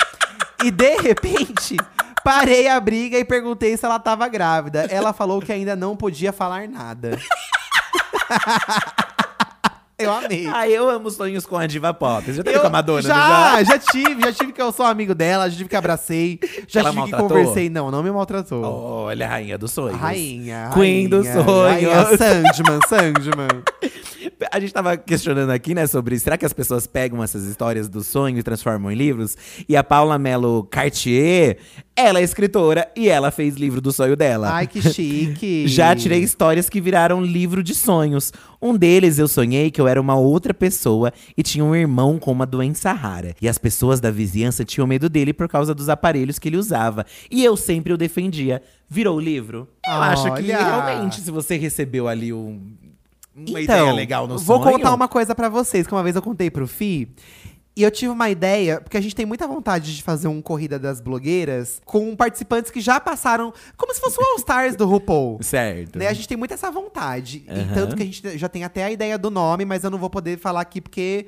A: E de repente, parei a briga e perguntei se ela estava grávida. Ela falou que ainda não podia falar nada. eu amei.
B: Ai, eu amo sonhos com a diva pop. Você já teve
A: Eu-
B: com a Madonna? não
A: Já, já, tive, já tive que eu sou amigo dela, já tive que abracei, já
B: Ela
A: tive
B: maltratou?
A: que conversei. Não, não me maltratou.
B: Olha, a rainha dos sonhos.
A: Rainha.
B: Queen dos
A: rainha,
B: sonhos.
A: Rainha Sandman, Sandman.
B: A gente tava questionando aqui, né, sobre será que as pessoas pegam essas histórias do sonho e transformam em livros? E a Paula Mello Cartier, ela é escritora e ela fez livro do sonho dela.
A: Ai, que chique.
B: Já tirei histórias que viraram livro de sonhos. Um deles eu sonhei que eu era uma outra pessoa e tinha um irmão com uma doença rara. E as pessoas da vizinhança tinham medo dele por causa dos aparelhos que ele usava. E eu sempre o defendia. Virou livro? Eu acho que
A: Olha!
B: realmente, se você recebeu ali um- uma
A: então,
B: ideia legal no
A: vou
B: sonho.
A: contar uma coisa pra vocês, que uma vez eu contei pro Fi. E eu tive uma ideia, porque a gente tem muita vontade de fazer um Corrida das Blogueiras com participantes que já passaram, como se fosse o All Stars do RuPaul.
B: Certo.
A: Né, a gente tem muito essa vontade.
B: Aham.
A: E tanto que a gente já tem até a ideia do nome, mas eu não vou poder falar aqui porque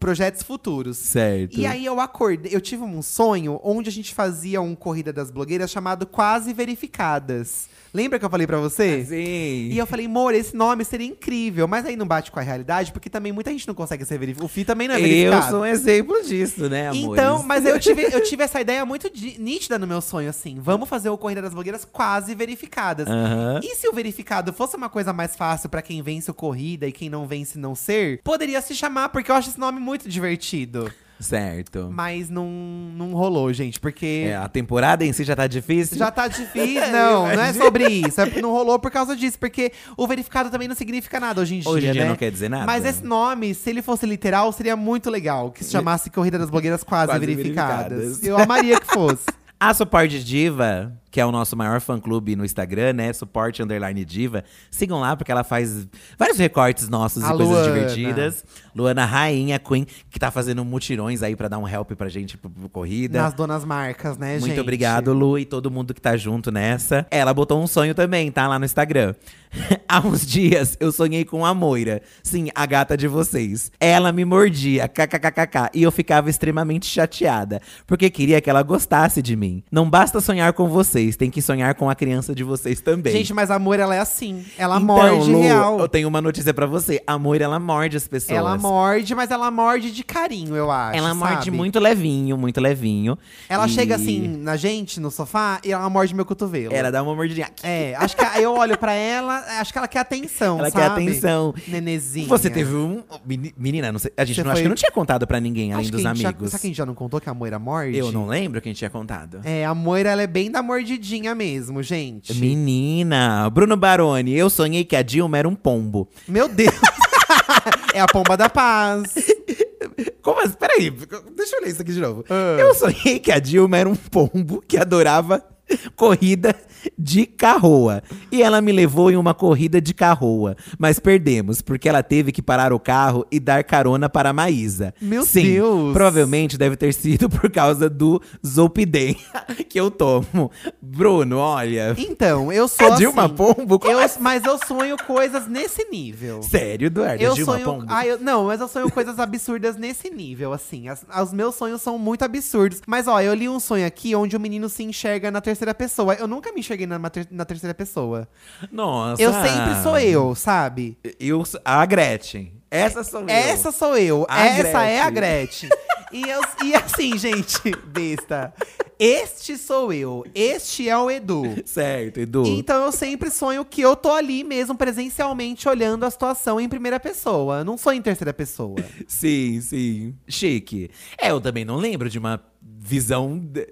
A: projetos futuros.
B: Certo.
A: E aí eu acordei, eu tive um sonho onde a gente fazia um corrida das blogueiras chamado Quase Verificadas. Lembra que eu falei pra você?
B: assim, Sim.
A: E eu falei, amor, esse nome seria incrível, mas aí não bate com a realidade, porque também muita gente não consegue ser verificado. O Fi também não é
B: eu
A: verificado.
B: sou um exemplo disso, né, amor?
A: Então, mas eu tive, eu tive essa ideia muito de- nítida no meu sonho, assim. Vamos fazer o Corrida das Blogueiras quase verificadas.
B: Aham.
A: E se o verificado fosse uma coisa mais fácil pra quem vence o corrida e quem não vence não ser, poderia se chamar, porque eu acho esse nome muito divertido.
B: Certo.
A: Mas não, não rolou, gente, porque
B: É, a temporada em si já tá difícil.
A: já tá difícil. Não, não é sobre isso. É porque não rolou por causa disso, porque o verificado também não significa nada hoje em dia.
B: Hoje em dia
A: né?
B: não quer dizer nada.
A: Mas esse nome, se ele fosse literal, seria muito legal. Que se chamasse Corrida das Blogueiras Quase,
B: Quase
A: verificadas.
B: Verificadas.
A: Eu amaria que fosse.
B: A Suporte Diva, que é o nosso maior fã-clube no Instagram, né? Suporte Underline Diva. Sigam lá, porque ela faz vários recortes nossos
A: A
B: e coisas
A: Luana.
B: divertidas. Luana Rainha, Queen, que tá fazendo mutirões aí pra dar um help pra gente pro, pro corrida.
A: Nas donas marcas, né, gente?
B: Muito obrigado, Lu, e todo mundo que tá junto nessa. Ela botou um sonho também, tá? Lá no Instagram. Há uns dias eu sonhei com a Moira. Sim, a gata de vocês. Ela me mordia, kkkk, e eu ficava extremamente chateada, porque queria que ela gostasse de mim. Não basta sonhar com vocês, tem que sonhar com a criança de vocês também.
A: Gente, mas a Moira, ela é assim. Ela
B: Então,
A: morde
B: Lu,
A: real.
B: Eu tenho uma notícia pra você. A Moira, ela morde as pessoas.
A: Ela morde, mas ela morde de carinho, eu acho.
B: Ela morde
A: sabe?
B: muito levinho, muito levinho.
A: Ela
B: E
A: chega assim na gente, no sofá, e ela morde meu cotovelo.
B: Ela dá uma mordidinha.
A: É, acho que eu olho pra ela, acho que ela quer atenção,
B: Ela quer
A: sabe?
B: atenção.
A: Nenezinha.
B: Você teve um. meni- Menina, não sei- a gente
A: é. Você
B: não, acho
A: foi-
B: que não tinha contado pra ninguém, além
A: Acho que
B: dos
A: a gente
B: amigos.
A: Já, será que a gente já não contou que a Moira morde?
B: Eu não lembro quem tinha contado.
A: É, a Moira, ela é bem da mordidinha mesmo, gente.
B: Menina, Bruno Baroni, eu sonhei que a Dilma era um pombo.
A: Meu Deus! é a pomba da paz.
B: Como assim? Peraí, deixa eu ler isso aqui de novo.
A: Ah.
B: Eu sonhei que a Dilma era um pombo que adorava corrida de carroa. E ela me levou em uma corrida de carroa. Mas perdemos, porque ela teve que parar o carro e dar carona para a Maísa.
A: Meu
B: Sim,
A: Deus.
B: Provavelmente deve ter sido por causa do Zolpidem que eu tomo. Bruno, olha.
A: Então, eu sou
B: A Dilma
A: assim.
B: Pombo? Como
A: Eu,
B: é?
A: mas eu sonho coisas nesse nível.
B: Sério, Eduardo? é
A: Eu
B: Dilma
A: sonho.
B: Pombo?
A: Ah, eu- não, mas eu sonho coisas absurdas nesse nível, assim. As- os meus sonhos são muito absurdos. Mas, ó, eu li um sonho aqui onde o menino se enxerga na terceira pessoa. Eu nunca me enxerguei na, mater- na terceira pessoa.
B: Nossa. Ah.
A: Eu sempre sou eu, sabe?
B: Eu, sou- a Gretchen. Essa sou eu.
A: Essa sou eu.
B: A
A: Essa é a
B: Gretchen.
A: Gretchen. e, eu- e assim, gente, besta. Este sou eu. Este é o Edu.
B: Certo, Edu.
A: Então eu sempre sonho que eu tô ali mesmo, presencialmente, olhando a situação em primeira pessoa. Eu Não sou em terceira pessoa.
B: Sim, sim. Chique. É, eu também não lembro de uma visão. de-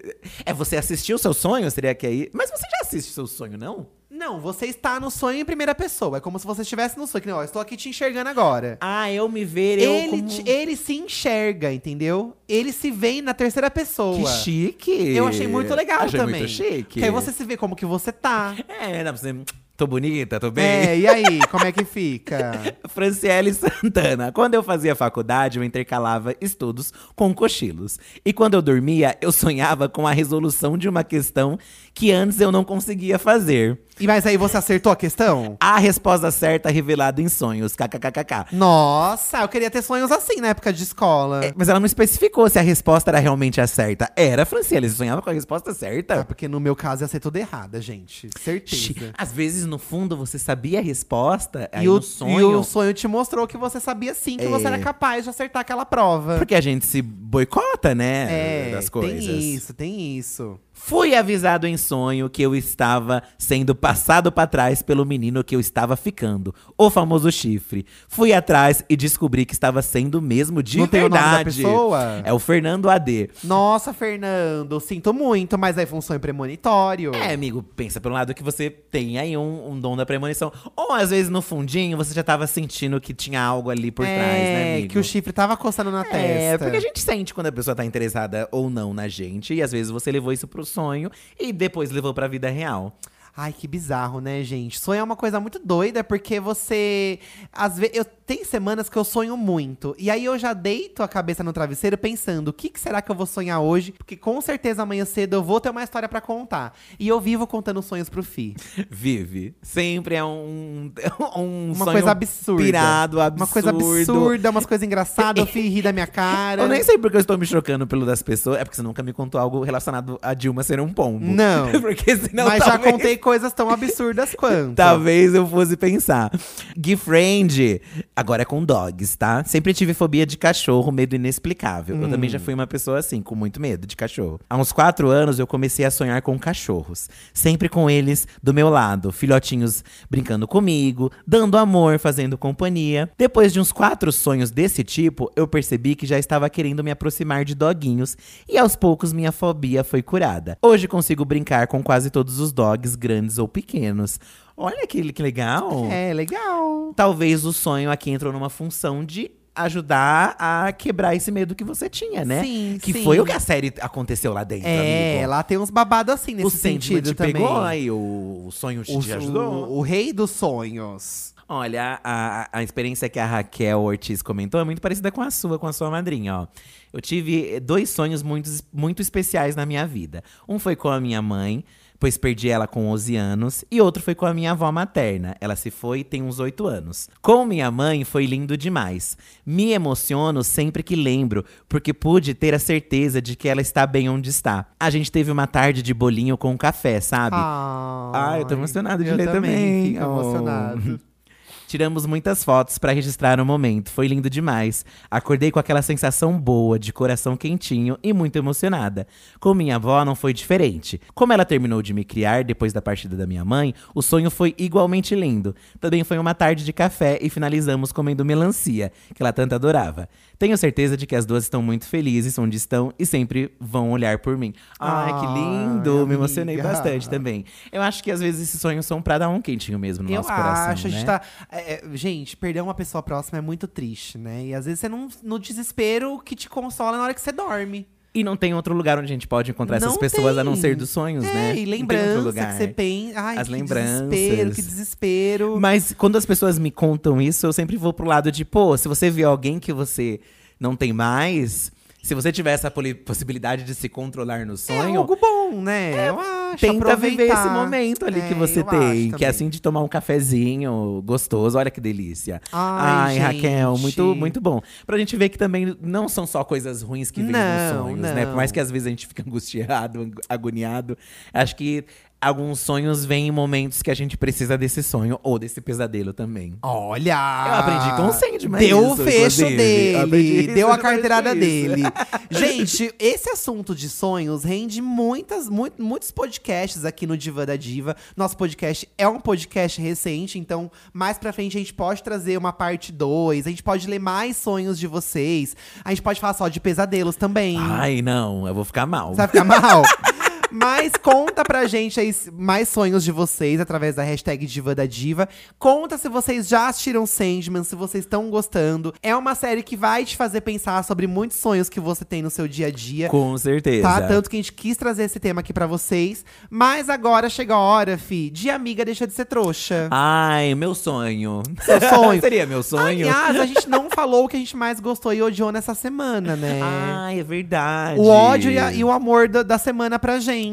B: É, você assistiu o seu sonho? Seria que aí. Mas você já assiste o seu sonho, não?
A: Não, você está no sonho em primeira pessoa. É como se você estivesse no sonho. Que, não, ó, eu estou aqui te enxergando agora.
B: Ah, eu me ver.
A: Ele, te- ele se enxerga, entendeu? Ele se vê na terceira pessoa.
B: Que chique.
A: Eu achei muito legal
B: achei
A: também.
B: Muito chique.
A: Porque aí você se vê como que você tá.
B: É, dá pra você. Tô bonita, tô bem.
A: É, e aí, como é que fica?
B: Franciele Santana. Quando eu fazia faculdade, eu intercalava estudos com cochilos. E quando eu dormia, eu sonhava com a resolução de uma questão que antes eu não conseguia fazer.
A: E mas aí você acertou a questão?
B: A resposta certa revelada em sonhos. KKKKK.
A: Nossa, eu queria ter sonhos assim na época de escola.
B: É, Mas ela não especificou se a resposta era realmente a certa. Era, Franciele, você sonhava com a resposta
A: Ah,
B: certa?
A: porque no meu caso ia ser tudo errada, gente. Certeza.
B: Xi, Às vezes, no fundo, você sabia a resposta, aí
A: e, o,
B: no sonho…
A: e o sonho te mostrou que você sabia sim que
B: É.
A: você era capaz de acertar aquela prova.
B: Porque a gente se boicota, né,
A: É,
B: das coisas.
A: tem isso, tem isso.
B: Fui avisado em sonho que eu estava sendo passado pra trás pelo menino que eu estava ficando, o famoso chifre. Fui atrás e descobri que estava sendo mesmo de
A: Não tem o nome da
B: verdade.
A: pessoa?
B: É o Fernando AD.
A: Nossa, Fernando, sinto muito, mas aí foi um sonho premonitório.
B: É, amigo, pensa pelo lado que você tem aí um, um dom da premonição. Ou às vezes no fundinho você já tava sentindo que tinha algo ali por
A: É,
B: trás, né, amigo?
A: que o chifre tava coçando na
B: É,
A: testa.
B: porque a gente sente quando a pessoa tá interessada ou não na gente. E às vezes você levou isso pro sonho e depois levou pra vida real.
A: Ai, que bizarro, né, gente? Sonho é uma coisa muito doida, porque você. Às vezes. Eu... Tem semanas que eu sonho muito. E aí eu já deito a cabeça no travesseiro pensando: o que, que será que eu vou sonhar hoje? Porque com certeza amanhã cedo eu vou ter uma história pra contar. E eu vivo contando sonhos pro Fi.
B: Vive. Sempre é um, um
A: Uma
B: sonho
A: coisa absurda.
B: pirado, absurdo.
A: Uma coisa absurda, umas coisas engraçadas, o Fi ri da minha cara.
B: Eu nem sei porque eu estou me chocando pelo das pessoas. É porque você nunca me contou algo relacionado a Dilma ser um pombo.
A: Não.
B: porque senão
A: Mas já
B: talvez,
A: contei coisas tão absurdas quanto.
B: Talvez eu fosse pensar. Gui Friend, agora é com dogs, tá? Sempre tive fobia de cachorro, medo inexplicável. Eu também já fui uma pessoa assim, com muito medo de cachorro. Há uns quatro anos eu comecei a sonhar com cachorros. Sempre com eles do meu lado. Filhotinhos brincando comigo, dando amor, fazendo companhia. Depois de uns quatro sonhos desse tipo, eu percebi que já estava querendo me aproximar de doguinhos. E aos poucos minha fobia foi curada. Hoje consigo brincar com quase todos os dogs, grandes ou pequenos. Olha que, que legal!
A: É, legal.
B: Talvez o sonho aqui entrou numa função de ajudar a quebrar esse medo que você
A: É,
B: tinha, né?
A: Sim,
B: que
A: sim.
B: foi o que a série aconteceu lá dentro,
A: É,
B: amigo.
A: lá tem uns babados assim nesse
B: o
A: sentido
B: sentimento te
A: também.
B: pegou, aí o, o sonho te,
A: o,
B: te ajudou.
A: o- o rei dos sonhos.
B: Olha, a, a experiência que a Raquel Ortiz comentou é muito parecida com a sua, com a sua madrinha, ó. Eu tive eh, dois sonhos muito, es- muito especiais na minha vida. Um foi com a minha mãe, pois perdi ela com 11 anos. E outro foi com a minha avó materna. Ela se foi tem uns 8 anos. Com minha mãe foi lindo demais. Me emociono sempre que lembro, porque pude ter a certeza de que ela está bem onde está. A gente teve uma tarde de bolinho com um café, sabe? Ah, eu tô emocionado de
A: eu
B: ler também.
A: Fico
B: Oh.
A: emocionado.
B: Tiramos muitas fotos pra registrar o momento. Foi lindo demais. Acordei com aquela sensação boa, de coração quentinho e muito emocionada. Com minha avó não foi diferente. Como ela terminou de me criar depois da partida da minha mãe, o sonho foi igualmente lindo. Também foi uma tarde de café e finalizamos comendo melancia, que ela tanto adorava. Tenho certeza de que as duas estão muito felizes onde estão e sempre vão olhar por mim. Ai, que
A: Ai,
B: lindo! Me emocionei
A: amiga.
B: bastante também. Eu acho que às vezes esses sonhos são pra dar um quentinho mesmo no
A: Eu
B: nosso coração.
A: acho, a
B: né?
A: gente tá. é, é, gente, perder uma pessoa próxima é muito triste, né? E às vezes você não. No desespero que te consola na hora que você dorme.
B: E não tem outro lugar onde a gente pode encontrar essas
A: Não
B: pessoas a não
A: tem.
B: ser dos sonhos,
A: é,
B: né?
A: e
B: Não tem outro
A: lembrança
B: lugar. é.
A: que você pensa. Ai,
B: As
A: que
B: lembranças.
A: desespero, que desespero.
B: Mas quando as pessoas me contam isso, eu sempre vou pro lado de, pô, se você vê alguém que você não tem mais, se você tiver essa poli- possibilidade de se controlar no
A: é
B: sonho,
A: algo bom, né? eu acho.
B: tenta viver esse
A: aproveitar.
B: momento ali
A: É,
B: que você
A: eu
B: tem.
A: acho
B: Que é
A: também.
B: assim de tomar um cafezinho gostoso, olha que delícia.
A: Ai,
B: Raquel, muito,
A: gente.
B: muito bom. Pra gente ver que também não são só coisas ruins que vêm nos
A: Não,
B: sonhos, né? Por mais
A: não.
B: que às vezes a gente fique angustiado, ang- agoniado, acho que alguns sonhos vêm em momentos que a gente precisa desse sonho ou desse pesadelo também.
A: Olha!
B: Eu aprendi com o Sandman
A: Deu
B: isso,
A: o fecho
B: inclusive. Eu aprendi
A: dele,
B: isso
A: deu a
B: demais com
A: carteirada
B: isso.
A: dele. Gente, esse assunto de sonhos rende muitas, mu- muitos podcasts aqui no Diva da Diva. Nosso podcast é um podcast recente, então mais pra frente a gente pode trazer uma parte 2. A gente pode ler mais sonhos de vocês. A gente pode falar só de pesadelos também.
B: Ai, não, eu vou ficar mal.
A: Você vai ficar mal? Mas conta pra gente aí mais sonhos de vocês através da hashtag Diva da Diva. Conta se vocês já assistiram Sandman, se vocês estão gostando. É uma série que vai te fazer pensar sobre muitos sonhos que você tem no seu dia a dia.
B: Com certeza.
A: Tá? Tanto que a gente quis trazer esse tema aqui pra vocês. Mas agora chega a hora, fi, de amiga deixa de ser trouxa.
B: Ai, meu sonho.
A: Seu sonho.
B: Seria meu sonho.
A: Aliás, a gente não falou o que a gente mais gostou e odiou nessa semana, né?
B: Ai, é verdade.
A: o ódio e, a- e o amor da, da semana pra gente.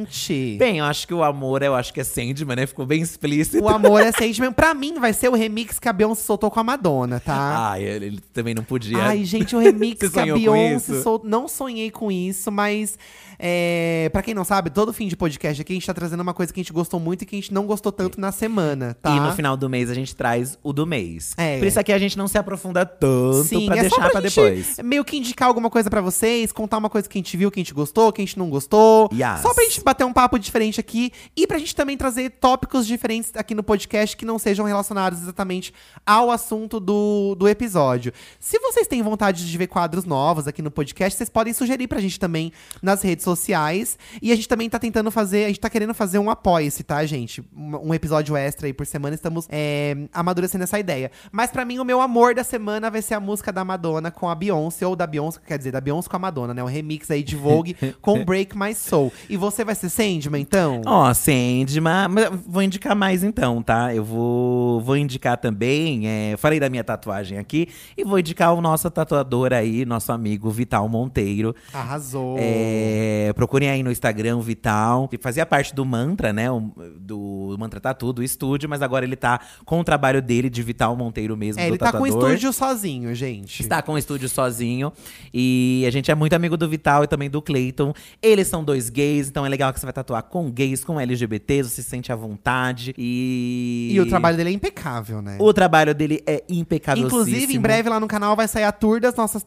B: Bem, eu acho que o amor, eu acho que é Sandman, né? Ficou bem explícito.
A: O amor é Sandman. Pra mim, vai ser o remix que a Beyoncé soltou com a Madonna, tá?
B: Ai, ele, ele também não podia.
A: Ai, gente, o remix
B: Ah, Você
A: que a
B: sonhou com
A: Beyoncé
B: isso?
A: soltou. Não sonhei com isso, mas. É, pra quem não sabe, todo fim de podcast aqui a gente tá trazendo uma coisa que a gente gostou muito e que a gente não gostou tanto na semana, tá?
B: E no final do mês a gente traz o do mês.
A: É.
B: Por isso aqui a gente não se aprofunda tanto pra
A: é só
B: deixar pra,
A: gente
B: depois.
A: Meio que indicar alguma coisa pra vocês, contar uma coisa que a gente viu, que a gente gostou, que a gente não gostou.
B: Yes.
A: Só pra gente bater um papo diferente aqui e pra gente também trazer tópicos diferentes aqui no podcast que não sejam relacionados exatamente ao assunto do, do episódio. Se vocês têm vontade de ver quadros novos aqui no podcast, vocês podem sugerir pra gente também nas redes sociais. E a gente também tá tentando fazer, a gente tá querendo fazer um apoia-se, tá, gente? Um, um episódio extra aí por semana, estamos é, amadurecendo essa ideia. Mas pra mim, o meu amor da semana vai ser a música da Madonna com a Beyoncé, ou da Beyoncé, quer dizer, da Beyoncé com a Madonna, né? Um remix aí de Vogue com Break My Soul. E você vai ser Sandman, então?
B: Ó, Sandman, mas eu vou indicar mais então, tá? Eu vou, vou indicar também, é, falei da minha tatuagem aqui, e vou indicar o nosso tatuador aí, nosso amigo Vital Monteiro.
A: Arrasou.
B: É, procurem aí no Instagram o Vital. Ele fazia parte do Mantra, né? o- do Mantra Tatu, do estúdio, mas agora ele tá com o trabalho dele, de Vital Monteiro mesmo.
A: É,
B: do
A: ele tá com o
B: tatuador.
A: estúdio sozinho, gente.
B: Está com o estúdio sozinho. E a gente é muito amigo do Vital e também do Clayton. Eles são dois gays, então é legal que você vai tatuar com gays, com LGBTs, você se sente à vontade. E.
A: E o trabalho dele é impecável, né?
B: O trabalho dele é impecável.
A: Inclusive, em breve lá no canal vai sair a tour das nossas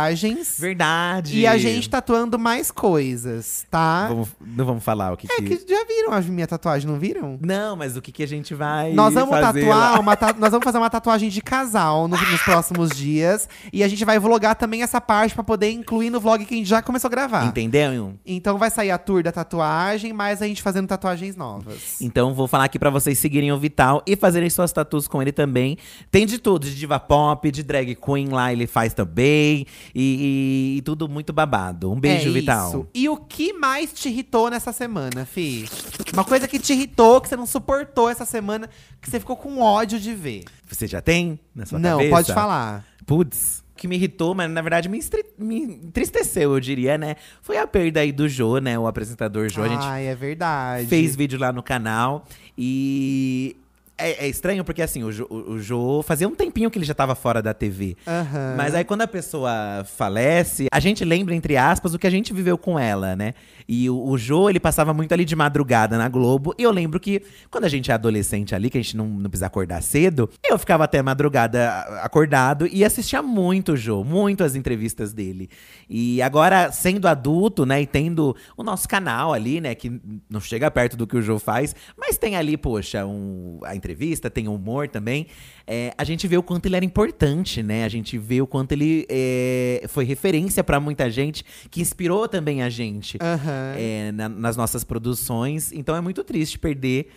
A: tatuagens.
B: Verdade.
A: E a gente tatuando mais coisas, tá?
B: Vamos- não vamos falar o que
A: É que já viram a minha tatuagem, não viram?
B: Não, mas o que, que a gente vai.
A: Nós vamos
B: fazer
A: tatuar
B: lá?
A: uma ta- nós vamos fazer uma tatuagem de casal no- nos próximos dias e a gente vai vlogar também essa parte pra poder incluir no vlog que a gente já começou a gravar.
B: Entendeu?
A: Então vai sair a tour da tatuagem, mas a gente fazendo tatuagens novas.
B: Então vou falar aqui pra vocês seguirem o Vital e fazerem suas tatuas com ele também. Tem de tudo, de diva pop, de drag queen lá ele faz também. E, e- e tudo muito babado. Um beijo,
A: É
B: Vital.
A: isso. E o que mais te irritou nessa semana, Fi? Uma coisa que te irritou, que você não suportou essa semana, que você ficou com ódio de ver.
B: Você já tem na sua
A: não,
B: cabeça?
A: pode falar.
B: Putz, o que me irritou, mas na verdade me, estri- me entristeceu, eu diria, né? Foi a perda aí do Jô, né? O apresentador Jô. a gente
A: Ai, é verdade.
B: fez vídeo lá no canal e. É, é estranho porque, assim, o Jô, o Jô fazia um tempinho que ele já tava fora da TV.
A: Aham.
B: Mas aí, quando a pessoa falece, a gente lembra, entre aspas, o que a gente viveu com ela, né? E o, o Jô, ele passava muito ali de madrugada na Globo. E eu lembro que, quando a gente é adolescente ali, que a gente não, não precisa acordar cedo, eu ficava até madrugada a- acordado e assistia muito o Jô, muito as entrevistas dele. E agora, sendo adulto, né, e tendo o nosso canal ali, né, que não chega perto do que o Jô faz, mas tem ali, poxa, um- a entrevista, tem o humor também. É, a gente vê o quanto ele era importante, né? A gente vê o quanto ele é, foi referência pra muita gente, que inspirou também a gente
A: Aham.
B: é, na- nas nossas produções. Então é muito triste perder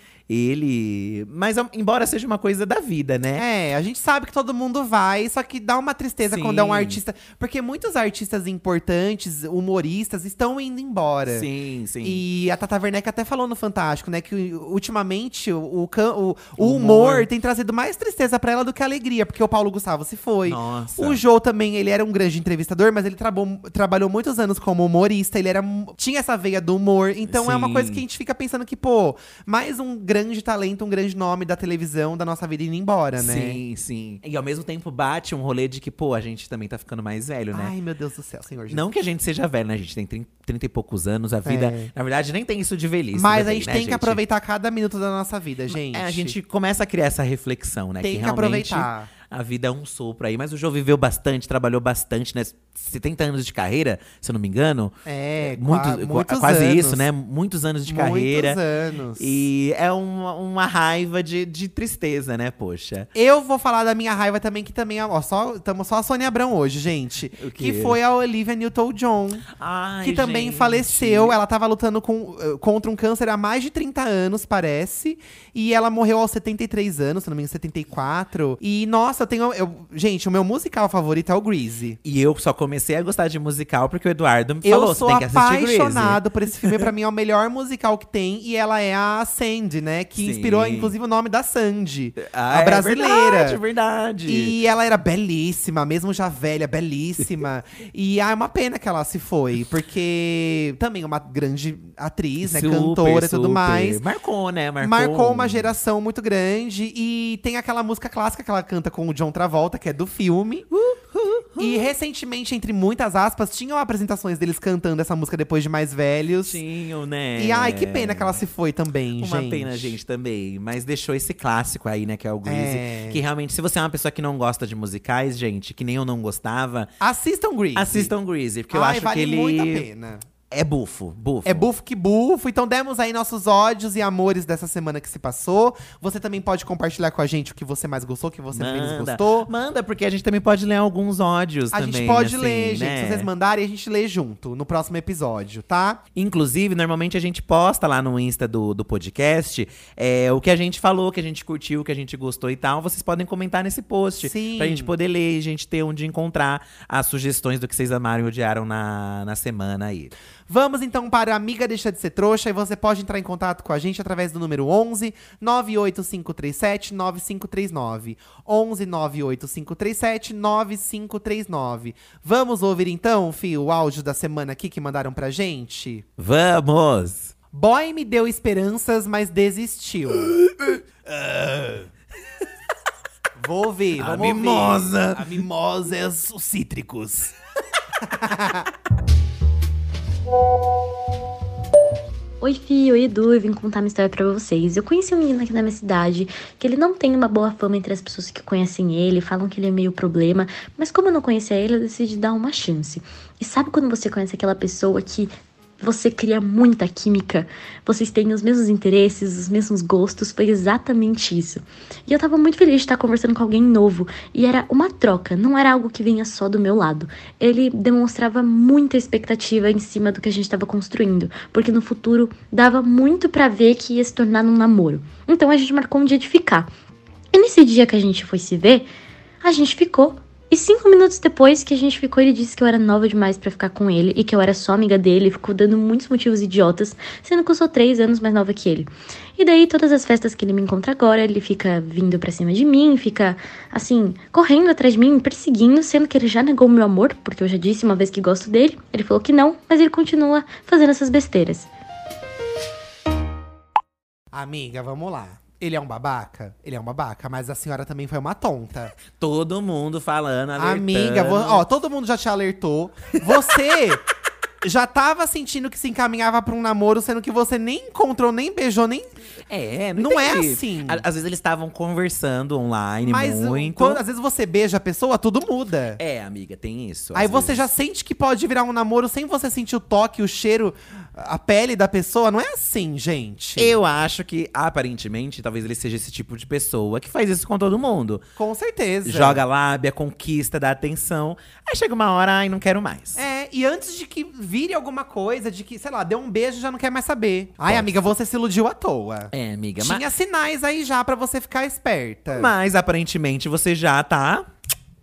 B: ele. Mas am- embora seja uma coisa da vida, né?
A: É, a gente sabe que todo mundo vai, só que dá uma tristeza
B: Sim.
A: quando é um artista. Porque muitos artistas importantes, humoristas, estão indo embora.
B: Sim, sim.
A: E a Tata Werneck até falou no Fantástico, né? Que ultimamente o, o can- o- o
B: O
A: humor.
B: humor.
A: tem trazido mais tristeza pra ela do que alegria, porque o Paulo Gustavo se foi.
B: Nossa.
A: O Jô também, ele era um grande entrevistador, mas ele trabou- trabalhou muitos anos como humorista, ele era, mu- tinha essa veia do humor. Então é uma
B: Sim.
A: coisa que a gente fica pensando que, pô, mais um grande talento, um grande nome da televisão, da nossa vida indo embora, né?
B: Sim, sim. E ao mesmo tempo bate um rolê de que, pô, a gente também tá ficando mais velho, né?
A: Ai, meu Deus do céu, senhor Jesus.
B: Não que a gente seja velho, né? A gente tem 30, 30 e poucos anos, a vida.
A: É.
B: Na verdade, nem tem isso de velhice.
A: mas a
B: também,
A: gente
B: né,
A: tem que aproveitar cada minuto da nossa vida, gente.
B: É, a gente começa a criar essa reflexão, né?
A: tem que,
B: realmente
A: aproveitar.
B: A vida é um sopro aí. Mas o Jô viveu bastante, trabalhou bastante, né? 70 anos de carreira, se eu não me engano.
A: É, qua-
B: Muito- qua-
A: muitos
B: quase
A: anos.
B: isso, né? Muitos anos de carreira.
A: Muitos anos.
B: E é uma, uma raiva de, de tristeza, né, poxa?
A: Eu vou falar da minha raiva também, que também, é- ó, só, tamo só a Sônia Abrão hoje, gente.
B: O quê?
A: Que foi a Olivia Newton-John,
B: Ai,
A: que também
B: gente.
A: faleceu. Ela tava lutando com, eh, contra um câncer há mais de 30 anos, parece. E ela morreu aos 73 anos, se não me engano, 74. E, nossa, eu tenho… eu- gente, o meu musical favorito é o Greasy.
B: E eu só comecei a gostar de musical porque o Eduardo me
A: Eu
B: falou: você
A: sou
B: tem que assistir Grease.
A: apaixonado por esse filme. Pra mim é o melhor musical que tem. E ela é a Sandy, né? Que
B: Sim.
A: inspirou, inclusive, o nome da Sandy.
B: Ah,
A: a
B: é
A: brasileira.
B: verdade, verdade.
A: E ela era belíssima, mesmo já velha, belíssima. e ah, é uma pena que ela se foi, porque também é uma grande atriz, né?
B: Super,
A: cantora e tudo
B: super.
A: mais.
B: Marcou, né? Marcou,
A: Marcou. uma geração muito grande e tem aquela música clássica que ela canta com o John Travolta, que é do filme.
B: Uh,
A: E recentemente, entre muitas aspas, tinham apresentações deles cantando essa música depois de mais velhos.
B: Tinho, né?
A: E ai, que pena que ela se foi também,
B: Uma
A: gente.
B: pena, gente, também. Mas deixou esse clássico aí, né? Que é o Greasy.
A: É.
B: Que realmente, se você é uma pessoa que não gosta de musicais, gente, que nem eu não gostava,
A: Assistam Grease.
B: assistam Greasy, porque eu
A: ai,
B: acho
A: vale
B: que ele.
A: muito a pena.
B: É bufo, bufo.
A: É bufo que bufo. Então demos aí nossos ódios e amores dessa semana que se passou. Você também pode compartilhar com a gente o que você mais gostou, o que você menos
B: Manda,
A: gostou.
B: manda, porque a gente também pode ler alguns ódios
A: A
B: também.
A: gente pode
B: assim,
A: ler, gente.
B: né?
A: Se vocês mandarem, a gente lê junto no próximo episódio, tá?
B: Inclusive, normalmente a gente posta lá no Insta do, do podcast é, o que a gente falou, o que a gente curtiu, o que a gente gostou e tal. Vocês podem comentar nesse post.
A: Sim.
B: Pra gente poder ler e a gente ter onde encontrar as sugestões do que vocês amaram e odiaram na, na semana aí.
A: Vamos então para Amiga Deixa de Ser Trouxa e você pode entrar em contato com a gente através do número 11 98537 9539. 11 98537 9539. Vamos ouvir então, Fio, o áudio da semana aqui que mandaram pra gente?
B: Vamos!
A: Boy me deu esperanças, mas desistiu. Vou ouvir, vamos ouvir.
B: A
A: mimosa é os cítricos.
C: Oi, Fio, oi, Edu, eu vim contar uma história pra vocês. Eu conheci um menino aqui na minha cidade, que ele não tem uma boa fama entre as pessoas que conhecem ele, falam que ele é meio problema, mas como eu não conhecia ele, eu decidi dar uma chance. E sabe quando você conhece aquela pessoa que Você cria muita química, vocês têm os mesmos interesses, os mesmos gostos, foi exatamente isso. E eu tava muito feliz de estar conversando com alguém novo, e era uma troca, não era algo que vinha só do meu lado. Ele demonstrava muita expectativa em cima do que a gente estava construindo, porque no futuro dava muito para ver que ia se tornar um namoro. Então a gente marcou um dia de ficar. E nesse dia que a gente foi se ver, a gente ficou. E cinco minutos depois que a gente ficou, ele disse que eu era nova demais para ficar com ele e que eu era só amiga dele, ficou dando muitos motivos idiotas, sendo que eu sou três anos mais nova que ele. E daí, todas as festas que ele me encontra agora, ele fica vindo pra cima de mim, fica, assim, correndo atrás de mim, me perseguindo, sendo que ele já negou meu amor, porque eu já disse uma vez que gosto dele. Ele falou que não, mas ele continua fazendo essas besteiras.
A: Amiga, vamos lá. Ele é um babaca? Ele é um babaca, mas a senhora também foi uma tonta.
B: Todo mundo falando, alertando.
A: Amiga, vo- ó, todo mundo já te alertou. Você já tava sentindo que se encaminhava pra um namoro, sendo que você nem encontrou, nem beijou, nem.
B: É,
A: Não é
B: entendi.
A: assim.
B: À- Às vezes eles estavam conversando online
A: mas
B: muito.
A: quando às vezes você beija a pessoa, tudo muda.
B: É, amiga, tem isso.
A: Aí
B: Às
A: você
B: vezes-
A: já sente que pode virar um namoro sem você sentir o toque, o cheiro, a pele da pessoa. Não é assim, gente.
B: Eu acho que, aparentemente, talvez ele seja esse tipo de pessoa que faz isso com todo mundo.
A: Com certeza.
B: Joga lábia, conquista, dá atenção. Aí chega uma hora, ai, não quero mais.
A: É, e antes de que vire alguma coisa, de que, sei lá, deu um beijo já não quer mais saber. Ai,
B: Pode
A: amiga, você se iludiu à toa.
B: É, amiga, mas,
A: Tinha sinais aí já pra você ficar esperta.
B: mas aparentemente você já tá.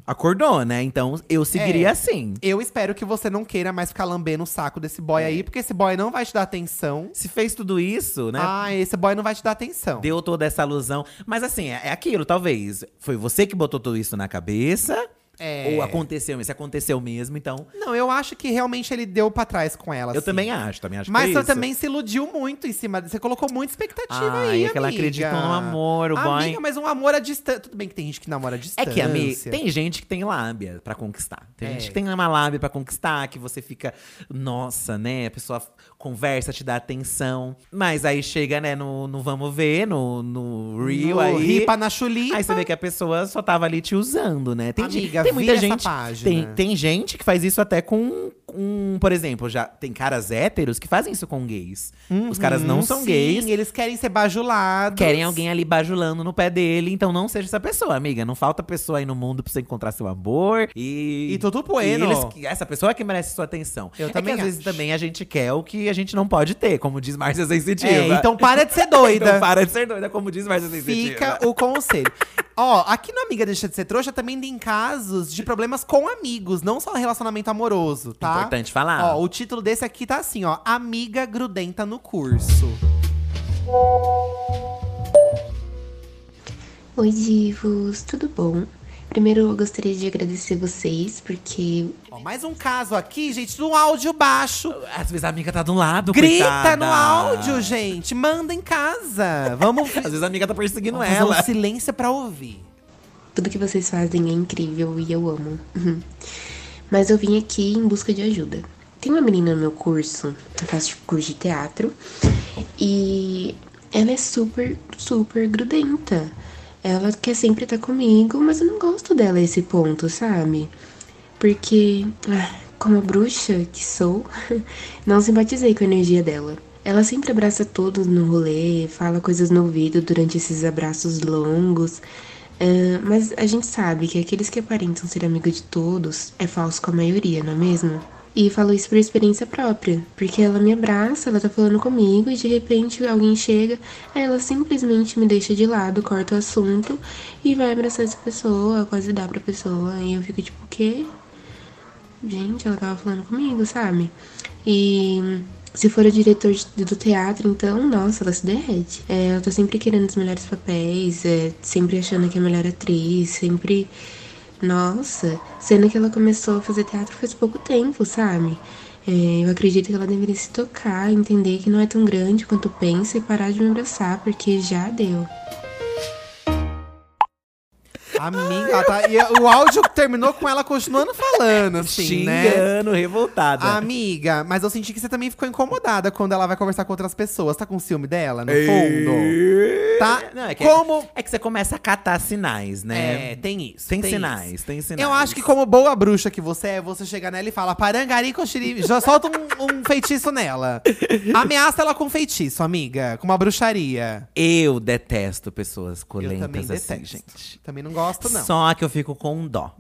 B: Acordou, né? Então eu seguiria
A: É.
B: assim.
A: Eu espero que você não queira mais ficar lambendo o saco desse boy
B: É.
A: aí, porque esse boy não vai te dar atenção.
B: Se fez tudo isso, né?
A: Ah, esse boy não vai te dar atenção.
B: Deu toda essa alusão. Mas assim, é é aquilo, talvez. Foi você que botou tudo isso na cabeça.
A: É.
B: Ou aconteceu, se aconteceu mesmo, então.
A: Não, eu acho que realmente ele deu pra trás com ela.
B: Eu
A: assim.
B: também acho, também acho
A: Mas
B: que
A: você
B: é isso.
A: também se iludiu muito em cima. Você colocou muita expectativa
B: Ai,
A: aí.
B: é que ela
A: amiga.
B: acreditou no amor, o boy.
A: Amiga, mas um amor à distância. Tudo bem que tem gente que namora à
B: É
A: distância.
B: que, amiga, tem gente que tem lábia pra conquistar. Tem
A: É.
B: gente que tem uma lábia pra conquistar, que você fica, nossa, né? A pessoa conversa, te dá atenção. Mas aí chega, né, no, no vamos ver, no, no real
A: No
B: aí.
A: Ripa na chulipa.
B: Aí você vê que a pessoa só tava ali te usando, né? Tem, gente-
A: Amiga,
B: tem muita
A: vira essa
B: gente.
A: página.
B: Tem, tem gente que faz isso até com, com. Por exemplo, já tem caras héteros que fazem isso com gays. Os caras não são
A: Uhum, Sim,
B: gays.
A: Eles querem ser bajulados.
B: Querem alguém ali bajulando no pé dele, então não seja essa pessoa, amiga. Não falta pessoa aí no mundo pra você encontrar seu amor. E.
A: E tudo bueno.
B: E eles que- essa pessoa é que merece sua atenção.
A: Eu
B: é
A: também
B: que às vezes
A: acho.
B: também a gente quer o que a gente não pode ter, como diz Márcia Sensitiva.
A: É, então para de ser doida.
B: Então para de ser doida, como diz Márcia Sensitiva.
A: Fica o conselho. Ó, aqui no Amiga Deixa de Ser Trouxa também tem casos de problemas com amigos, não só relacionamento amoroso, tá?
B: Importante Ah. falar.
A: Ó, o título desse aqui tá assim, ó. Amiga grudenta no curso.
D: Oi, divos, tudo bom? Primeiro eu gostaria de agradecer vocês, porque
A: Ó, mais um caso aqui, gente, no áudio baixo.
B: Às vezes a amiga tá do lado,
A: Grita
B: coitada.
A: no áudio, gente. Manda em casa. Vamos,
B: Às vezes a amiga tá perseguindo
A: vamos fazer
B: ela.
A: um silêncio pra ouvir.
D: tudo que vocês fazem é incrível e eu amo. Uhum. Mas eu vim aqui em busca de ajuda. Tem uma menina no meu curso, eu faço tipo, curso de teatro, e ela é super, super grudenta. Ela quer sempre estar comigo, mas eu não gosto dela a esse ponto, sabe? Porque, ah, como bruxa que sou, não simpatizei com a energia dela. Ela sempre abraça todos no rolê, fala coisas no ouvido durante esses abraços longos. Ah, mas a gente sabe que aqueles que aparentam ser amigo de todos é falso com a maioria, não é mesmo? E falo isso por experiência própria, porque ela me abraça, ela tá falando comigo e de repente alguém chega, aí ela simplesmente me deixa de lado, corta o assunto e vai abraçar essa pessoa, quase dá pra pessoa, e eu fico tipo, o quê? Gente, ela tava falando comigo, sabe? E se for o diretor de- do teatro, então, nossa, ela se derrete. É, ela tá sempre querendo os melhores papéis, é, sempre achando que é a melhor atriz, sempre. Nossa, sendo que ela começou a fazer teatro faz pouco tempo, sabe? É, eu acredito que ela deveria se tocar, entender que não é tão grande quanto pensa e parar de me abraçar, porque já deu.
A: Amiga, ela tá- e o áudio terminou com ela continuando falando, assim, né?
B: Xingando, revoltada.
A: Amiga, mas eu senti que você também ficou incomodada quando ela vai conversar com outras pessoas. Tá com ciúme dela, no fundo? Tá?
B: Não, é que,
A: Como.
B: é que você começa a catar sinais, né?
A: É, tem isso.
B: tem,
A: isso.
B: sinais, tem sinais.
A: Eu acho que como boa bruxa que você é, você chega nela e fala Parangari coxiri, já solta um, um feitiço nela. Ameaça ela com feitiço, amiga, com uma bruxaria.
B: Eu detesto pessoas
A: eu
B: colentas
A: também
B: assim,
A: detesto.
B: gente.
A: Também não gosto não.
B: Só que eu fico com dó.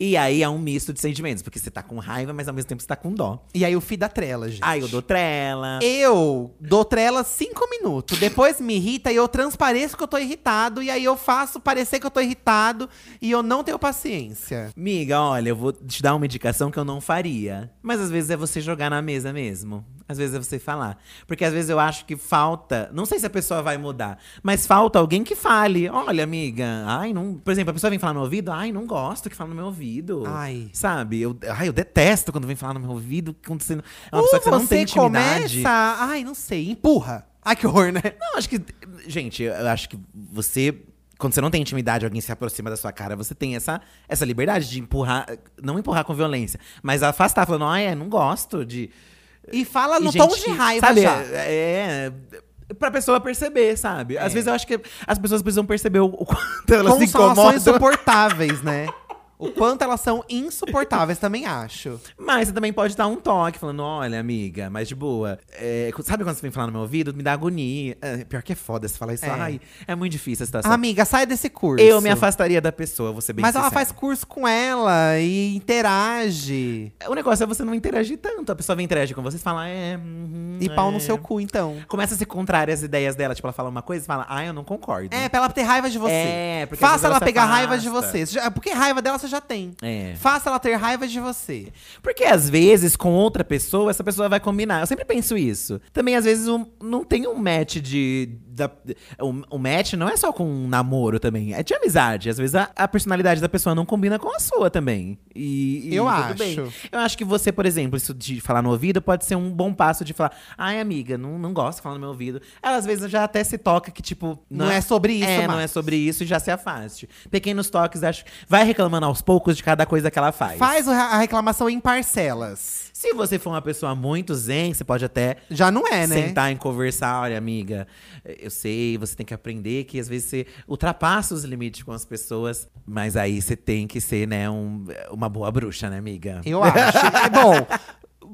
B: E aí é um misto de sentimentos, porque você tá com raiva, mas ao mesmo tempo você tá com dó.
A: E aí o fi da trela, gente.
B: Aí eu dou trela.
A: Eu dou trela cinco minutos, depois me irrita e eu transpareço que eu tô irritado. E aí eu faço parecer que eu tô irritado e eu não tenho paciência.
B: Miga, olha, eu vou te dar uma indicação que eu não faria. Mas às vezes é você jogar na mesa mesmo. Às vezes é você falar. Porque às vezes eu acho que falta. Não sei se a pessoa vai mudar, mas falta alguém que fale. Olha, amiga, ai, não. Por exemplo, a pessoa vem falar no meu ouvido, ai, não gosto que fala no meu ouvido.
A: Ai.
B: Sabe? Eu, ai, eu detesto quando vem falar no meu ouvido. Quando você, não- é uma
A: Ou
B: pessoa que você, não tem intimidade.
A: Uh, começa. Ai, não sei, empurra. Ai, que horror, né?
B: Não, acho que. Gente, eu acho que você. Quando você não tem intimidade, alguém se aproxima da sua cara, você tem essa, essa liberdade de empurrar. Não empurrar com violência, mas afastar, falando, ah, é, não gosto de.
A: E fala
B: E
A: no
B: gente
A: tom um de
B: que-
A: raiva
B: sabe,
A: já.
B: É. é Pra pessoa perceber, sabe? Às vezes eu acho que as pessoas precisam perceber o o quanto elas
A: É. Como
B: se
A: são
B: incomodam.
A: elas são insuportáveis, né? O quanto elas são insuportáveis, também acho.
B: Mas você também pode dar um toque, falando, olha, amiga, mas de boa. é, sabe quando você vem falar no meu ouvido? Me dá agonia. É, pior que é foda você falar isso.
A: É.
B: Ai, é muito difícil a situação.
A: Amiga, sai desse curso.
B: Eu me afastaria da pessoa, vou ser bem
A: Mas ela
B: sincero.
A: faz curso com ela e interage.
B: O negócio é você não interagir tanto. A pessoa vem interagir com você e fala, é. uhum,
A: E pau
B: é.
A: no seu cu, então.
B: Começa a se contrária as ideias dela. Tipo, ela fala uma coisa e fala, ah, eu não concordo.
A: É, pra ela ter raiva de você.
B: É, porque às vezes
A: Faça
B: ela
A: ela
B: se
A: pegar
B: afasta.
A: raiva de você. Já- Porque raiva dela você já tem.
B: É.
A: Faça ela ter raiva de você.
B: Porque às vezes, com outra pessoa, essa pessoa vai combinar. Eu sempre penso isso. Também, às vezes, um- não tem um match de. da- o, o match não é só com um namoro também, é de amizade. Às vezes a, a personalidade da pessoa não combina com a sua também. E, e
A: Eu
B: tudo
A: acho.
B: bem. Eu acho que você, por exemplo, isso de falar no ouvido pode ser um bom passo de falar. Ai, amiga, não, não gosto de falar no meu ouvido. Ela às vezes já até se toca que, tipo,
A: Não é sobre isso,
B: é, não é
A: Max.
B: sobre isso e já se afaste. Pequenos toques, acho. Vai reclamando aos poucos de cada coisa que ela
A: Faz o- a reclamação em parcelas.
B: se você for uma pessoa muito zen, você pode até
A: Já não é, né?
B: sentar e conversar. Olha, amiga, eu sei, você tem que aprender que às vezes você ultrapassa os limites com as pessoas. Mas aí você tem que ser, né, um- uma boa bruxa, né, amiga?
A: Eu acho. é bom.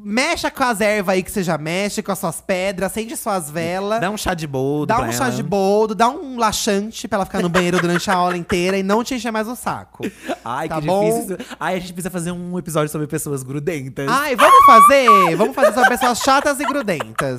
A: Mexa com as ervas aí que você já mexe, com as suas pedras, acende suas velas.
B: Dá um chá de boldo
A: Dá
B: pra
A: um chá
B: ela. né?
A: de boldo, dá um laxante pra ela ficar no banheiro durante a aula inteira e não te encher mais o saco.
B: Ai,
A: Tá
B: que
A: bom?
B: difícil. isso. Ai, a gente precisa fazer um episódio sobre pessoas grudentas.
A: Ai, vamos fazer? Vamos fazer sobre pessoas chatas e grudentas.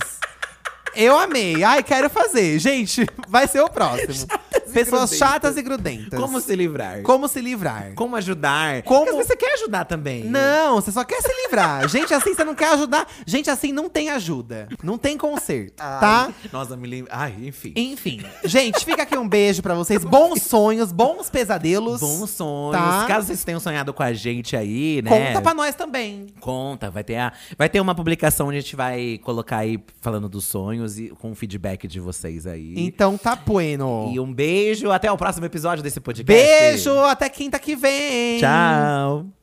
A: Eu amei. Ai, quero fazer. Gente, vai ser o próximo. pessoas
B: grudentas.
A: chatas e grudentas.
B: Como se livrar?
A: Como se livrar?
B: Como ajudar?
A: Como-
B: Porque às vezes você quer ajudar também.
A: Não, você só quer se livrar. Gente assim, você não quer ajudar. Gente assim não tem ajuda. Não tem conserto, tá?
B: Nossa, me lembro. Ai, enfim.
A: Enfim, gente, fica aqui um beijo pra vocês. Bons sonhos, bons pesadelos.
B: Bons sonhos.
A: Tá.
B: Caso vocês tenham sonhado com a gente aí, né?
A: Conta pra nós também.
B: Conta, vai ter, a, vai ter uma publicação onde a gente vai colocar aí falando dos sonhos e com o feedback de vocês aí.
A: Então tá bueno.
B: E um beijo, até o próximo episódio desse podcast.
A: Beijo, até quinta que vem.
B: Tchau.